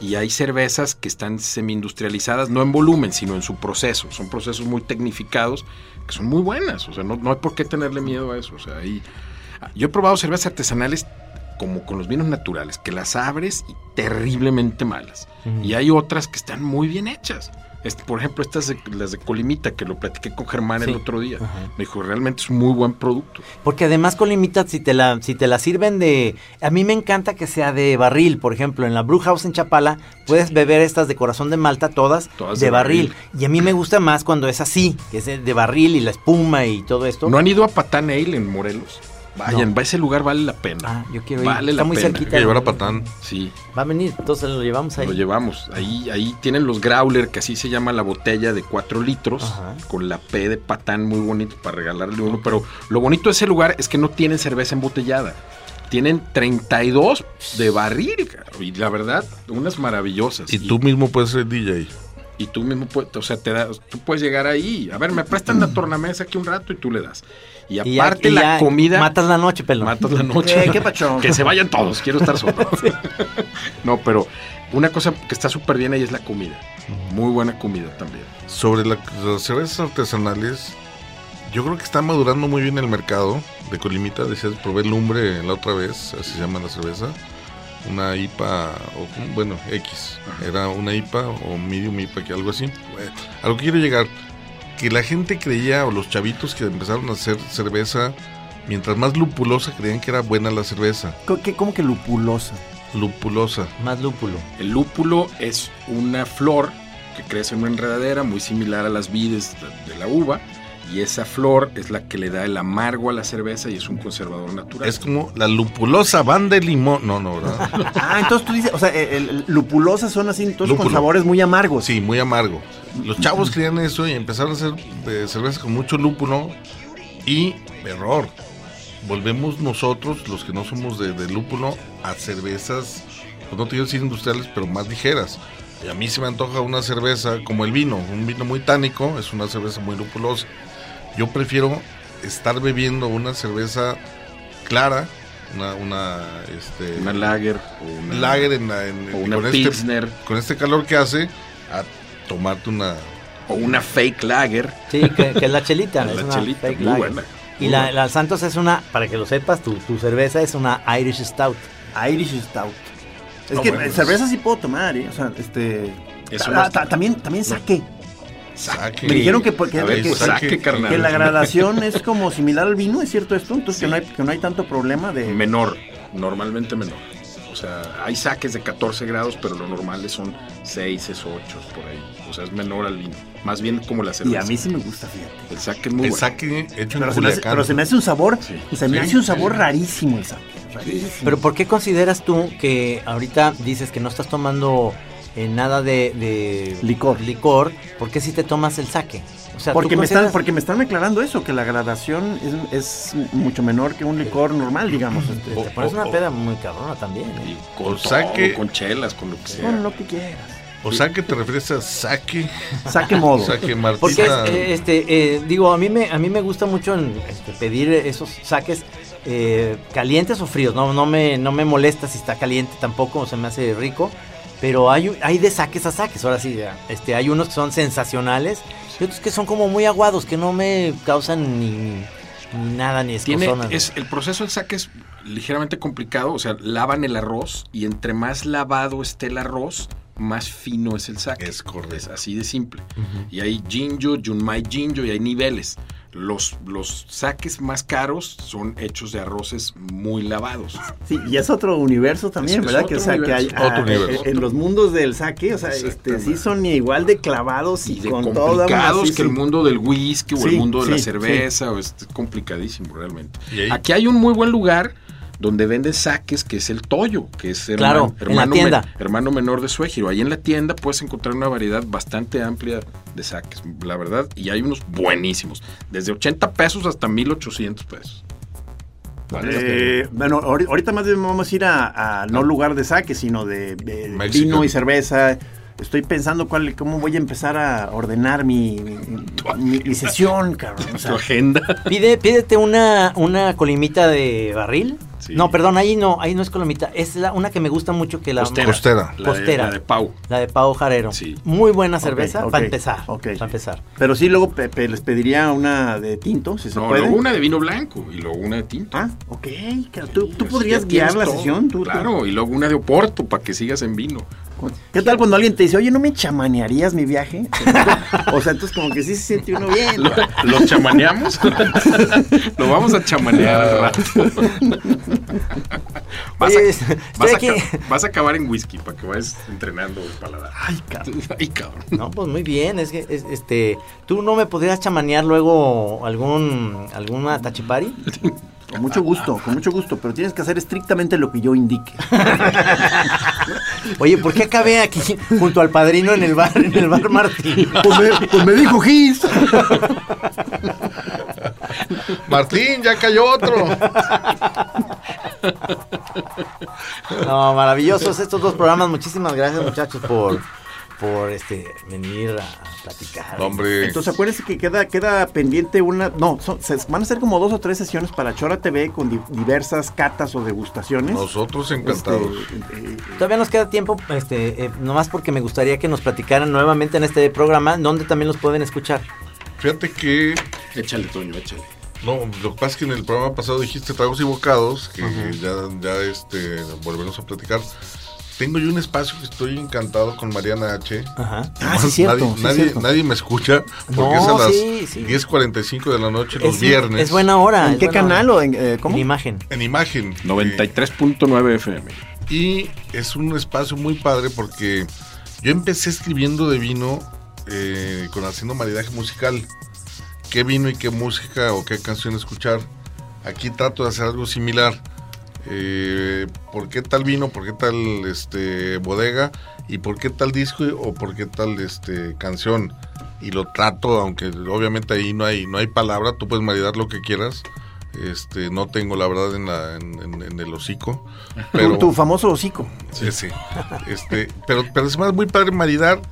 Speaker 2: Y hay cervezas que están semi-industrializadas, no en volumen, sino en su proceso. Son procesos muy tecnificados que son muy buenas. O sea, no, no hay por qué tenerle miedo a eso. O sea, ahí- Yo he probado cervezas artesanales como con los vinos naturales, que las abres y terriblemente malas. Y hay otras que están muy bien hechas. Este, por ejemplo, estas de- las de Colimita, que lo platiqué con Germán
Speaker 3: Sí.
Speaker 2: el otro día.
Speaker 3: Ajá.
Speaker 2: Me dijo, realmente es un muy buen producto.
Speaker 3: Porque además con limitas, si te la, si te la sirven de. A mí me encanta que sea de barril, por ejemplo, en la Brew House en Chapala, puedes beber estas de corazón de Malta, todas,
Speaker 2: Todas
Speaker 3: de,
Speaker 2: de
Speaker 3: barril.
Speaker 2: barril.
Speaker 3: Y a mí me gusta más cuando es así, que es de, de barril y la espuma y todo esto.
Speaker 2: ¿No han ido a Patán Ale en Morelos? Vayan,
Speaker 3: No.
Speaker 2: va ese lugar, vale la pena.
Speaker 3: Ah, yo quiero ir.
Speaker 2: Vale
Speaker 3: Está
Speaker 2: la
Speaker 3: muy
Speaker 2: pena.
Speaker 4: Hay
Speaker 3: cerquita.
Speaker 4: que llevar a Patán.
Speaker 2: Sí,
Speaker 3: Va a venir, entonces lo llevamos ahí.
Speaker 2: lo llevamos. Ahí, ahí tienen los growler, que así se llama la botella de 4 litros,
Speaker 3: Ajá.
Speaker 2: con la P de patán muy bonito para regalarle uno. Pero lo bonito de ese lugar es que no tienen cerveza embotellada. Tienen 32 de barril, caro, y la verdad, unas maravillosas.
Speaker 4: Y tú mismo puedes ser DJ.
Speaker 2: y tú mismo puedes, o sea, te das, tú puedes llegar ahí. A ver, me prestan la tornamesa aquí un rato y tú le das. Y
Speaker 3: Y ya-
Speaker 2: aparte
Speaker 3: y
Speaker 2: la
Speaker 3: ya
Speaker 2: comida.
Speaker 3: Matas la noche, pelo.
Speaker 2: Matas la noche.
Speaker 1: Eh, ¿qué pacho?
Speaker 2: Que se vayan todos, quiero estar solo. no, pero una cosa que está súper bien ahí es la comida. Muy buena comida también.
Speaker 4: Sobre la- las cervezas artesanales, yo creo que está madurando muy bien el mercado de Colimita. Decías, probé lumbre la otra vez, así se llama la cerveza. Una IPA, o como- bueno, X. Era una IPA o medium IPA, que algo así. Bueno, a lo que quiero llegar, que la gente creía, o los chavitos que empezaron a hacer cerveza, mientras más lupulosa creían que era buena la cerveza.
Speaker 1: Co- ¿Qué, ¿Cómo que lupulosa?
Speaker 4: Lupulosa.
Speaker 3: Más lúpulo.
Speaker 2: El lúpulo es una flor que crece en una enredadera muy similar a las vides de- de la uva. Y esa flor es la que le da el amargo a la cerveza y es un conservador natural.
Speaker 4: Es como la lupulosa van de limón. No, no, ¿verdad?
Speaker 1: Ah, entonces tú dices, o sea, el, el- lupulosas son así, entonces con
Speaker 4: Lúpulo.
Speaker 1: sabores muy amargos.
Speaker 4: Sí, muy amargo. Los chavos creían eso y empezaron a hacer eh, cerveza con mucho lúpulo y error. Volvemos nosotros, los que no somos de, de lúpulo, a cervezas, pues no te quiero decir industriales, pero más ligeras. Y a mí se me antoja una cerveza como el vino, un vino muy tánico, es una cerveza muy lupulosa. Yo prefiero estar bebiendo una cerveza clara, una, una, este,
Speaker 2: una lager o una,
Speaker 4: lager en la- en-
Speaker 2: o una
Speaker 4: con este-
Speaker 2: pilsner
Speaker 4: con este calor que hace, a tomarte una.
Speaker 2: o una fake lager.
Speaker 3: Sí, que, que es la chelita.
Speaker 2: La
Speaker 3: es una
Speaker 2: chelita,
Speaker 3: fake
Speaker 2: muy
Speaker 3: lager.
Speaker 2: buena,
Speaker 3: Y
Speaker 2: muy
Speaker 3: la,
Speaker 2: buena.
Speaker 3: la Santos es una, para que lo sepas, tu, tu cerveza es una Irish Stout.
Speaker 1: Irish Stout. Es
Speaker 2: No,
Speaker 1: que
Speaker 2: bueno,
Speaker 1: eh, cerveza sí puedo tomar, ¿eh? O sea, este.
Speaker 2: Eso
Speaker 1: ta-
Speaker 2: no es-
Speaker 1: ta- también, también saque.
Speaker 4: Saque.
Speaker 1: Me dijeron que, porque-
Speaker 4: A ver,
Speaker 1: que-
Speaker 2: saque, carnal.
Speaker 1: que la gradación es como similar al vino, ¿es cierto esto? Entonces que, no hay, que no hay tanto problema de.
Speaker 2: Menor, normalmente menor. O sea, hay saques de 14 grados, pero lo normal son 6, es 8, por ahí. O sea, es menor al vino. Más bien como la cerveza.
Speaker 1: y a mí sí me gusta, fíjate.
Speaker 2: El saque es muy
Speaker 4: El
Speaker 2: bueno.
Speaker 4: saque hecho
Speaker 1: Pero
Speaker 4: en
Speaker 1: se, me hace,
Speaker 4: Culiacán.
Speaker 1: pero se me hace un sabor,
Speaker 2: Sí.
Speaker 1: se me
Speaker 4: Sí,
Speaker 1: hace un
Speaker 4: sí.
Speaker 1: sabor rarísimo el saque. rarísimo.
Speaker 3: Pero ¿por qué consideras tú que ahorita dices que no estás tomando eh, nada de, de-
Speaker 1: Licor.
Speaker 3: licor? ¿Por qué si te tomas el saque? O sea, ¿tú
Speaker 1: Porque me, están,
Speaker 3: consideras-
Speaker 1: porque me están aclarando eso, que la gradación es, es mucho menor que un licor normal, digamos. este,
Speaker 3: te
Speaker 2: Oh,
Speaker 3: pones una peda muy cabrona también. ¿eh?
Speaker 2: Y con todo,
Speaker 4: saque-
Speaker 2: con chelas, con lo que sea.
Speaker 1: con lo que quieras.
Speaker 4: O saque te refieres a saque.
Speaker 1: Saque modo.
Speaker 4: Saque Ah,
Speaker 3: Porque
Speaker 4: Martita.
Speaker 3: eh, este eh, digo a mí me a mí me gusta mucho en, este, pedir esos saques eh, calientes o fríos. No no me no me molesta si está caliente tampoco, se me hace rico. Pero hay, u- hay de saques a saques, ahora sí, ya, este, hay unos que son sensacionales y otros que son como muy aguados, que no me causan ni, ni nada, ni
Speaker 2: Tiene,
Speaker 3: escozonas.
Speaker 2: es, el proceso del saque es ligeramente complicado, o sea, lavan el arroz y entre más lavado esté el arroz, más fino es el saque.
Speaker 4: Es correcto.
Speaker 2: así de simple. Y hay Jinjo, Junmai Jinjo y hay niveles. Los, los saques más caros son hechos de arroces muy lavados.
Speaker 1: Sí, y es otro universo también,
Speaker 2: Es- es
Speaker 1: ¿verdad? que, o
Speaker 2: otro
Speaker 1: sea, que hay
Speaker 2: universo.
Speaker 1: ah,
Speaker 4: Otro universo.
Speaker 1: En, en los mundos del saque, o sea, este,
Speaker 2: Exactamente.
Speaker 1: sí son igual de clavados y,
Speaker 2: Y de
Speaker 1: con toda una-
Speaker 2: complicados
Speaker 1: sí,
Speaker 2: que el
Speaker 1: sí.
Speaker 2: mundo del whisky o
Speaker 1: Sí,
Speaker 2: el mundo de la
Speaker 1: sí,
Speaker 2: cerveza, o este, es complicadísimo realmente.
Speaker 4: Y ahí-
Speaker 2: Aquí hay un muy buen lugar donde venden saques, que es el Toyo, que es
Speaker 3: Claro, en la tienda.
Speaker 2: men- hermano menor de Suéjiro. Ahí en la tienda puedes encontrar una variedad bastante amplia de saques, la verdad, y hay unos buenísimos, desde 80 pesos hasta 1800 pesos.
Speaker 1: Eh, bueno, ahori- ahorita más bien vamos a ir a,
Speaker 2: Ah.
Speaker 1: a no lugar de saque, sino de, de
Speaker 4: Mexican.
Speaker 1: vino y cerveza. Estoy pensando cuál, cómo voy a empezar a ordenar mi, mi- mi- mi sesión, cabrón. o sea,
Speaker 2: Su agenda.
Speaker 3: Pide, pídete una, una colimita de barril.
Speaker 2: Sí.
Speaker 3: No, perdón, ahí no, ahí no es colimita. Es la, una que me gusta mucho que la
Speaker 2: Costera.
Speaker 4: Costera.
Speaker 2: La de-
Speaker 3: Postera.
Speaker 2: la de Pau.
Speaker 3: La de Pau Jarero.
Speaker 2: Sí.
Speaker 3: Muy buena
Speaker 1: ok,
Speaker 3: cerveza
Speaker 1: ok,
Speaker 3: para empezar.
Speaker 1: ok.
Speaker 3: Para empezar.
Speaker 1: Pero sí, luego pe- pe- les pediría una de tinto, si se
Speaker 2: No,
Speaker 1: puede.
Speaker 2: luego una de vino blanco y luego una de tinto.
Speaker 1: Ah, ok. claro, ¿Tú, tú
Speaker 2: Así
Speaker 1: podrías
Speaker 2: ya
Speaker 1: guiar
Speaker 2: tienes
Speaker 1: la
Speaker 2: todo.
Speaker 1: sesión? ¿Tú, tú-
Speaker 2: claro, y luego una de Oporto para que sigas en vino.
Speaker 1: ¿Qué tal cuando alguien te dice, oye, ¿no me chamanearías mi viaje? o sea, entonces como que sí se siente uno bien.
Speaker 2: ¿Lo, lo chamaneamos? lo vamos a chamanear al rato. vas, a,
Speaker 3: Oye, estoy
Speaker 2: vas a
Speaker 3: aquí.
Speaker 2: ca- vas a acabar en whisky para que vayas entrenando el paladar. Ay, cabrón. Ay, cabrón.
Speaker 3: No, pues muy bien. Es que, es- este, ¿tú no me podrías chamanear luego algún, alguna tachipari?
Speaker 1: Con mucho gusto, con mucho gusto, pero tienes que hacer estrictamente lo que yo indique.
Speaker 3: Oye, ¿por qué acabé aquí junto al padrino en el bar, en el bar Martín?
Speaker 1: Pues me, pues me dijo Gis.
Speaker 4: Martín, ya cayó otro.
Speaker 3: No, maravillosos estos dos programas. Muchísimas gracias, muchachos, por, por este, venir a platicar.
Speaker 4: Hombre.
Speaker 1: Entonces acuérdense que queda, queda pendiente una. No, son- se- van a ser como dos o tres sesiones para Chora TV con di- diversas catas o degustaciones.
Speaker 4: Nosotros
Speaker 1: Este,
Speaker 4: encantados.
Speaker 1: eh,
Speaker 3: Todavía nos queda tiempo, este, eh, nomás porque me gustaría que nos platicaran nuevamente en este programa, donde también los pueden escuchar.
Speaker 4: Fíjate que
Speaker 2: Échale, Toño, échale.
Speaker 4: No, lo que pasa es que en el programa pasado dijiste tragos y bocados, que ya, ya este, volvemos a platicar. Tengo yo un espacio que estoy encantado con Mariana H.
Speaker 3: Ajá.
Speaker 1: Ah, sí, cierto.
Speaker 4: nadie,
Speaker 1: sí,
Speaker 4: nadie,
Speaker 1: cierto.
Speaker 4: nadie me escucha porque
Speaker 3: No,
Speaker 4: es a las
Speaker 3: sí, sí.
Speaker 4: 10.45 de la noche los
Speaker 3: es,
Speaker 4: viernes.
Speaker 3: Es buena hora.
Speaker 1: ¿En
Speaker 3: es
Speaker 1: qué
Speaker 3: buena
Speaker 1: canal
Speaker 3: hora.
Speaker 1: o en eh, cómo?
Speaker 3: En imagen.
Speaker 4: En imagen.
Speaker 2: 93.9 FM.
Speaker 4: Y es un espacio muy padre porque yo empecé escribiendo de vino eh, con haciendo maridaje musical. ¿Qué vino y qué música o qué canción escuchar? Aquí trato de hacer algo similar. Eh, ¿Por qué tal vino? ¿Por qué tal este, bodega? ¿Y por qué tal disco? ¿O por qué tal este, canción? Y lo trato, aunque obviamente ahí no hay, no hay palabra, tú puedes maridar lo que quieras. Este, no tengo la verdad en, la- en- en- en el hocico.
Speaker 1: Tu, tu famoso hocico.
Speaker 4: Sí, sí. Este, pero, pero es más muy padre maridar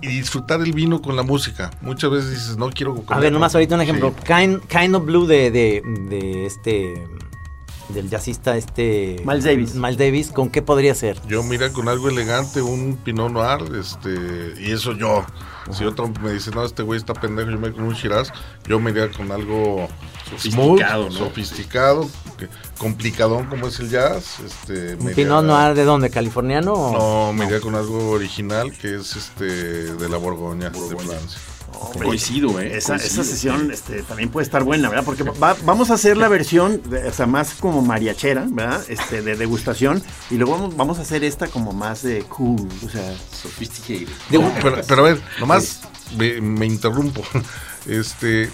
Speaker 4: y disfrutar el vino con la música. Muchas veces dices, no quiero comer.
Speaker 3: A ver, nomás ahorita un ejemplo.
Speaker 4: Sí.
Speaker 3: Kind, Kind of Blue de, de, de este. del jazzista este.
Speaker 1: Miles Davis.
Speaker 3: Miles Davis, ¿con qué podría ser?
Speaker 4: Yo mira con algo elegante, un Pinot Noir, este, y eso yo. Si otro me dice, no, este güey está pendejo, yo me voy con un Shiraz, yo me iría con algo smooth,
Speaker 2: Sofisticado, ¿no?
Speaker 4: sofisticado, que- complicadón como es el jazz. Este,
Speaker 3: ¿Un
Speaker 4: media-
Speaker 3: Pinot Noir de dónde? ¿Californiano? o-
Speaker 4: No, me iría con algo original que es este de la Borgoña, de Francia.
Speaker 1: Hombre,
Speaker 2: Coincido, ¿eh?
Speaker 1: Esa,
Speaker 2: Coincido.
Speaker 1: esa sesión este, también puede estar buena, ¿verdad? Porque va- vamos a hacer la versión, de- o sea, más como mariachera, ¿verdad? Este, de degustación. Y luego vamos, vamos a hacer esta como más de cool, o sea...
Speaker 2: Sophisticated.
Speaker 4: No, pero, pero a ver, nomás me, me interrumpo. Este,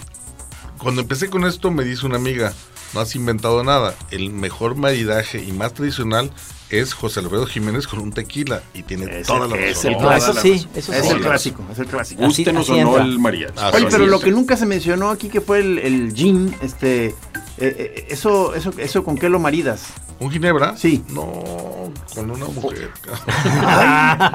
Speaker 4: cuando empecé con esto me dice una amiga, no has inventado nada. El mejor maridaje y más tradicional es José Alfredo Jiménez con un tequila y tiene
Speaker 1: Ese-
Speaker 4: toda la
Speaker 1: ese
Speaker 4: razón.
Speaker 1: el
Speaker 3: No,
Speaker 1: Toda
Speaker 3: eso
Speaker 1: la
Speaker 3: sí, eso
Speaker 1: Es el
Speaker 3: sí.
Speaker 1: clásico, es el clásico.
Speaker 3: Así-
Speaker 2: Gústenos
Speaker 3: así
Speaker 2: o no
Speaker 3: entra.
Speaker 2: el mariachi.
Speaker 4: Así
Speaker 1: Oye,
Speaker 4: es.
Speaker 1: pero lo que nunca se mencionó aquí que fue el, el gin, este... eh, eh, eso, eso, eso, ¿con qué lo maridas?
Speaker 4: ¿Un ginebra?
Speaker 1: Sí.
Speaker 4: No, con una mujer. cabrón.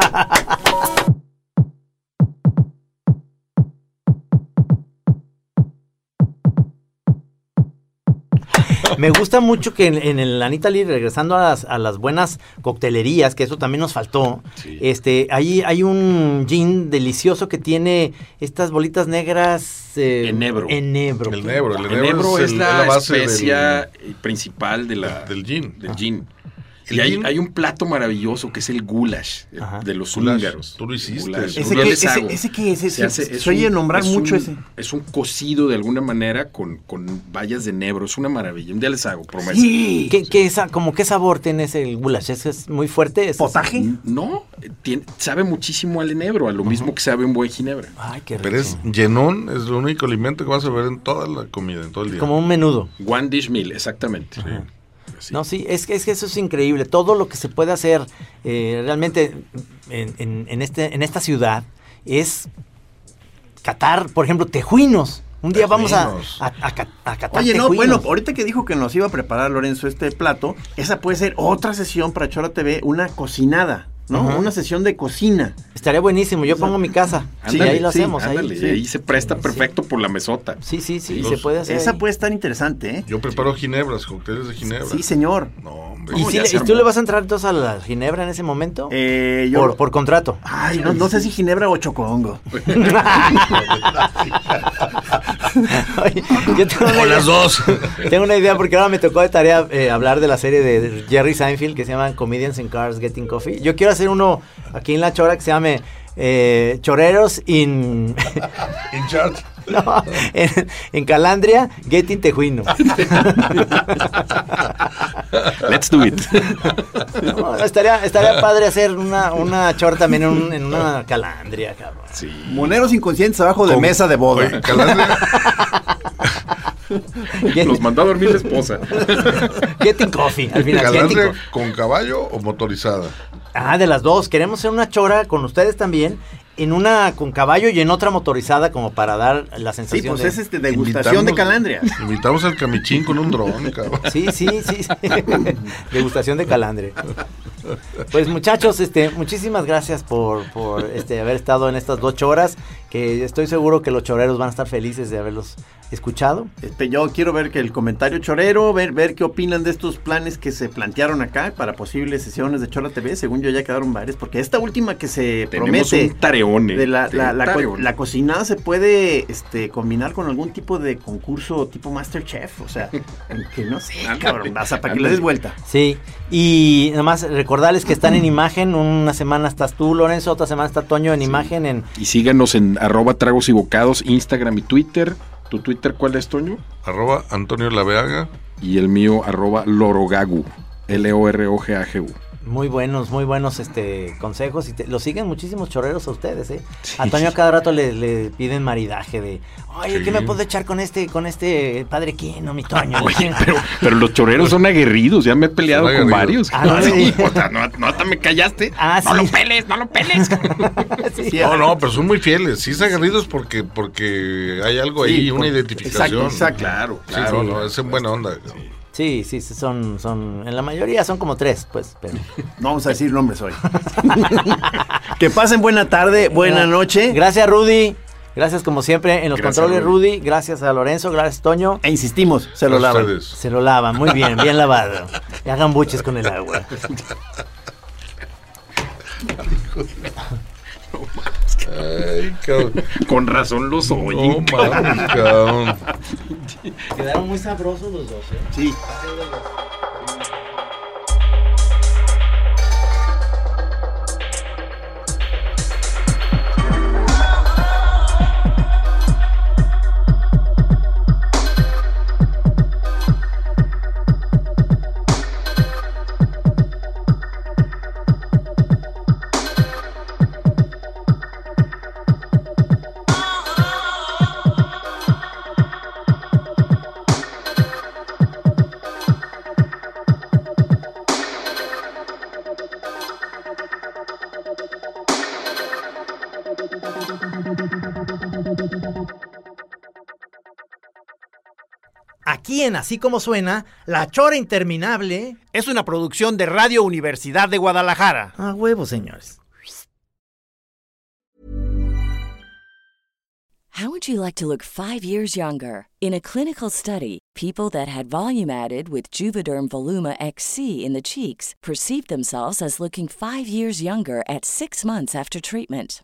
Speaker 3: Me gusta mucho que en, en el Anita Lee, regresando a las, a las buenas coctelerías, que eso también nos faltó, este, ahí hay un gin delicioso que tiene estas bolitas negras. eh,
Speaker 2: Enebro.
Speaker 3: Enebro.
Speaker 4: El nebro, el
Speaker 2: El
Speaker 4: enebro
Speaker 2: enebro es,
Speaker 4: el-
Speaker 2: la,
Speaker 4: base del-
Speaker 2: especia eh, principal de la,
Speaker 4: del gin.
Speaker 2: del gin.
Speaker 4: El
Speaker 2: y hay,
Speaker 4: gin-
Speaker 2: hay un plato maravilloso que es el goulash eh,
Speaker 3: Ajá.
Speaker 2: de los
Speaker 4: Goulash.
Speaker 2: húngaros.
Speaker 4: Tú lo hiciste.
Speaker 2: Goulash.
Speaker 4: Ese
Speaker 2: Pues Yo
Speaker 1: que-
Speaker 2: les
Speaker 1: ese-
Speaker 2: hago.
Speaker 1: ese que es,
Speaker 2: Se
Speaker 1: ese-
Speaker 2: hace-
Speaker 1: se
Speaker 2: es
Speaker 1: oye
Speaker 2: un-
Speaker 1: nombrar
Speaker 2: es
Speaker 1: mucho
Speaker 2: un-
Speaker 1: ese.
Speaker 2: Es un cocido de alguna manera con, con vallas de enebro. Es una maravilla. Un día les hago, promesa.
Speaker 1: Sí.
Speaker 3: ¿Qué, qué esa- como qué sabor tiene ese goulash? ¿Ese es muy fuerte? ¿Ese es-
Speaker 6: Pues,
Speaker 1: ¿Potaje?
Speaker 2: No, eh, tiene- sabe muchísimo al enebro, a lo mismo que sabe un buen ginebra.
Speaker 3: Ay, qué rico.
Speaker 4: Pero es llenón, es el único alimento que vas a ver en toda la comida, en todo el día.
Speaker 3: Como un menudo.
Speaker 2: One dish meal, exactamente. Sí.
Speaker 3: No, sí, es que, es que eso es increíble. Todo lo que se puede hacer eh, realmente en, en- en este, en esta ciudad es catar, por ejemplo, tejuinos. Un día vamos a,
Speaker 4: Tejuinos.
Speaker 3: a, a ca- a catar
Speaker 1: Oye, no,
Speaker 3: tejuinos.
Speaker 1: bueno, ahorita que dijo que nos iba a preparar Lorenzo este plato, esa puede ser otra sesión para Chora TV, una cocinada, ¿no?
Speaker 3: Ajá.
Speaker 1: Una sesión de cocina.
Speaker 3: Estaría buenísimo. Yo pongo mi casa y
Speaker 2: Ándale,
Speaker 3: ahí lo
Speaker 2: sí,
Speaker 3: hacemos. ahí,
Speaker 2: ándale,
Speaker 3: sí.
Speaker 2: ahí se presta perfecto por la mesota.
Speaker 3: Sí, sí, sí,
Speaker 4: Los-
Speaker 3: se puede hacer.
Speaker 1: Esa
Speaker 3: ahí.
Speaker 1: puede estar interesante, ¿eh?
Speaker 4: Yo preparo ginebras, cócteles de ginebra.
Speaker 1: Sí, señor.
Speaker 4: No, hombre.
Speaker 3: ¿Y,
Speaker 2: No,
Speaker 3: si
Speaker 2: ya
Speaker 3: le-
Speaker 2: se
Speaker 3: y tú
Speaker 2: armó.
Speaker 3: le vas a entrar entonces a la Ginebra en ese momento?
Speaker 1: Eh, yo-
Speaker 3: por, por contrato.
Speaker 1: Ay, no, no sé si Ginebra o Chocongo.
Speaker 3: Oye, yo tengo una
Speaker 4: O
Speaker 3: idea.
Speaker 4: las dos.
Speaker 3: Tengo una idea porque ahora me tocó de tarea eh, hablar de la serie de Jerry Seinfeld que se llama Comedians in Cars Getting Coffee. Yo quiero hacer uno aquí en La Chora que se llame eh, Choreros in...
Speaker 4: In charge.
Speaker 3: no, en, en Calandria Getting Tejuino.
Speaker 2: Let's do it.
Speaker 3: No, estaría, estaría padre hacer una, una chora también en, un- en una Calandria, cabrón.
Speaker 2: sí.
Speaker 1: Moneros inconscientes abajo de
Speaker 4: Con-
Speaker 1: mesa de
Speaker 4: Oye,
Speaker 1: boda.
Speaker 4: Calandria,
Speaker 2: Los mandó a dormir la esposa.
Speaker 3: Getting Coffee, al final. Getting
Speaker 4: Calandria
Speaker 3: Coffee.
Speaker 4: con caballo o motorizada.
Speaker 3: Ah, de las dos. Queremos hacer una chora con ustedes también. En una con caballo y en otra motorizada como para dar la
Speaker 1: Sí,
Speaker 3: sensación
Speaker 1: pues
Speaker 3: de...
Speaker 1: es este, degustación de calandria.
Speaker 4: Invitamos al camichín con un dron, cabrón.
Speaker 3: Sí, sí, sí. sí. Degustación de calandre. Pues muchachos, este, muchísimas gracias por, por este, haber estado en estas dos horas, que estoy seguro que los choreros van a estar felices de haberlos escuchado.
Speaker 1: Este, yo quiero ver que el comentario chorero, ver, ver qué opinan de estos planes que se plantearon acá para posibles sesiones de Chora TV. Según yo ya quedaron varias, porque esta última que se
Speaker 2: Tenemos
Speaker 1: promete...
Speaker 2: un tareone.
Speaker 1: De la, la, la, co-
Speaker 2: Tareone.
Speaker 1: la cocinada se puede este, combinar con algún tipo de concurso tipo Masterchef, o sea, que no sé,
Speaker 2: Ándale,
Speaker 1: cabrón, o sea, para que le
Speaker 2: ándale.
Speaker 1: des vuelta.
Speaker 3: Sí, y nada más recordarles que están en imagen, una semana estás tú, Lorenzo, otra semana está Toño en imagen, en
Speaker 2: Y síganos en arroba tragos y bocados, Instagram y Twitter. ¿Tu Twitter cuál es, Toño?
Speaker 4: Arroba Antonio Laveaga.
Speaker 2: Y el mío, arroba lorogagu. L-O-R-O-G-A-G-U.
Speaker 3: Muy buenos, muy buenos este consejos y te- lo siguen muchísimos chorreros a ustedes, ¿eh? A Antonio cada rato le, le piden maridaje de, "Oye, ¿qué
Speaker 4: Sí.
Speaker 3: me puedo echar con este con este padre Quino, mi Toño?"
Speaker 2: Oye, pero, pero los choreros son aguerridos, ya me he peleado
Speaker 4: Son
Speaker 2: con
Speaker 4: aguerridos.
Speaker 2: varios.
Speaker 3: Ah, no,
Speaker 2: Sí,
Speaker 3: sí.
Speaker 2: o sea, no, no, hasta me callaste.
Speaker 3: Ah,
Speaker 2: no
Speaker 3: sí.
Speaker 2: lo peles, no lo peles.
Speaker 3: Sí.
Speaker 1: Sí,
Speaker 4: No, no, pero son muy fieles. Sí, es aguerridos porque, porque hay algo ahí,
Speaker 1: Sí,
Speaker 4: una
Speaker 1: por-
Speaker 4: identificación.
Speaker 1: exacto, exacto.
Speaker 2: Claro,
Speaker 4: Sí,
Speaker 2: claro.
Speaker 4: no, no, es en buena onda. cabrón.
Speaker 3: Sí, sí, sí, son son en la mayoría son como tres, pues, pero
Speaker 1: No vamos a decir nombres hoy. que pasen buena tarde, buena noche.
Speaker 3: Gracias, Rudy. Gracias como siempre en los
Speaker 2: Gracias,
Speaker 3: controles, Rudy. Gracias a Lorenzo, gracias Toño.
Speaker 1: E insistimos, se lo
Speaker 4: Gracias a
Speaker 1: lavan.
Speaker 4: ustedes.
Speaker 3: Se lo lavan, muy bien, bien lavado. Y hagan buches con el agua.
Speaker 4: Ay, cabrón. Oh,
Speaker 2: Con razón los oyen.
Speaker 4: No mames, cabrón.
Speaker 3: Quedaron muy sabrosos los dos, ¿eh?
Speaker 1: Sí.
Speaker 7: Aquí en Así Como Suena, La Chora Interminable.
Speaker 8: Es una producción de Radio Universidad de Guadalajara.
Speaker 7: A huevo, señores.
Speaker 6: How would you like to look five years younger? In a clinical study, people that had volume added with Juvederm Voluma XC in the cheeks perceived themselves as looking five years younger at six months after treatment.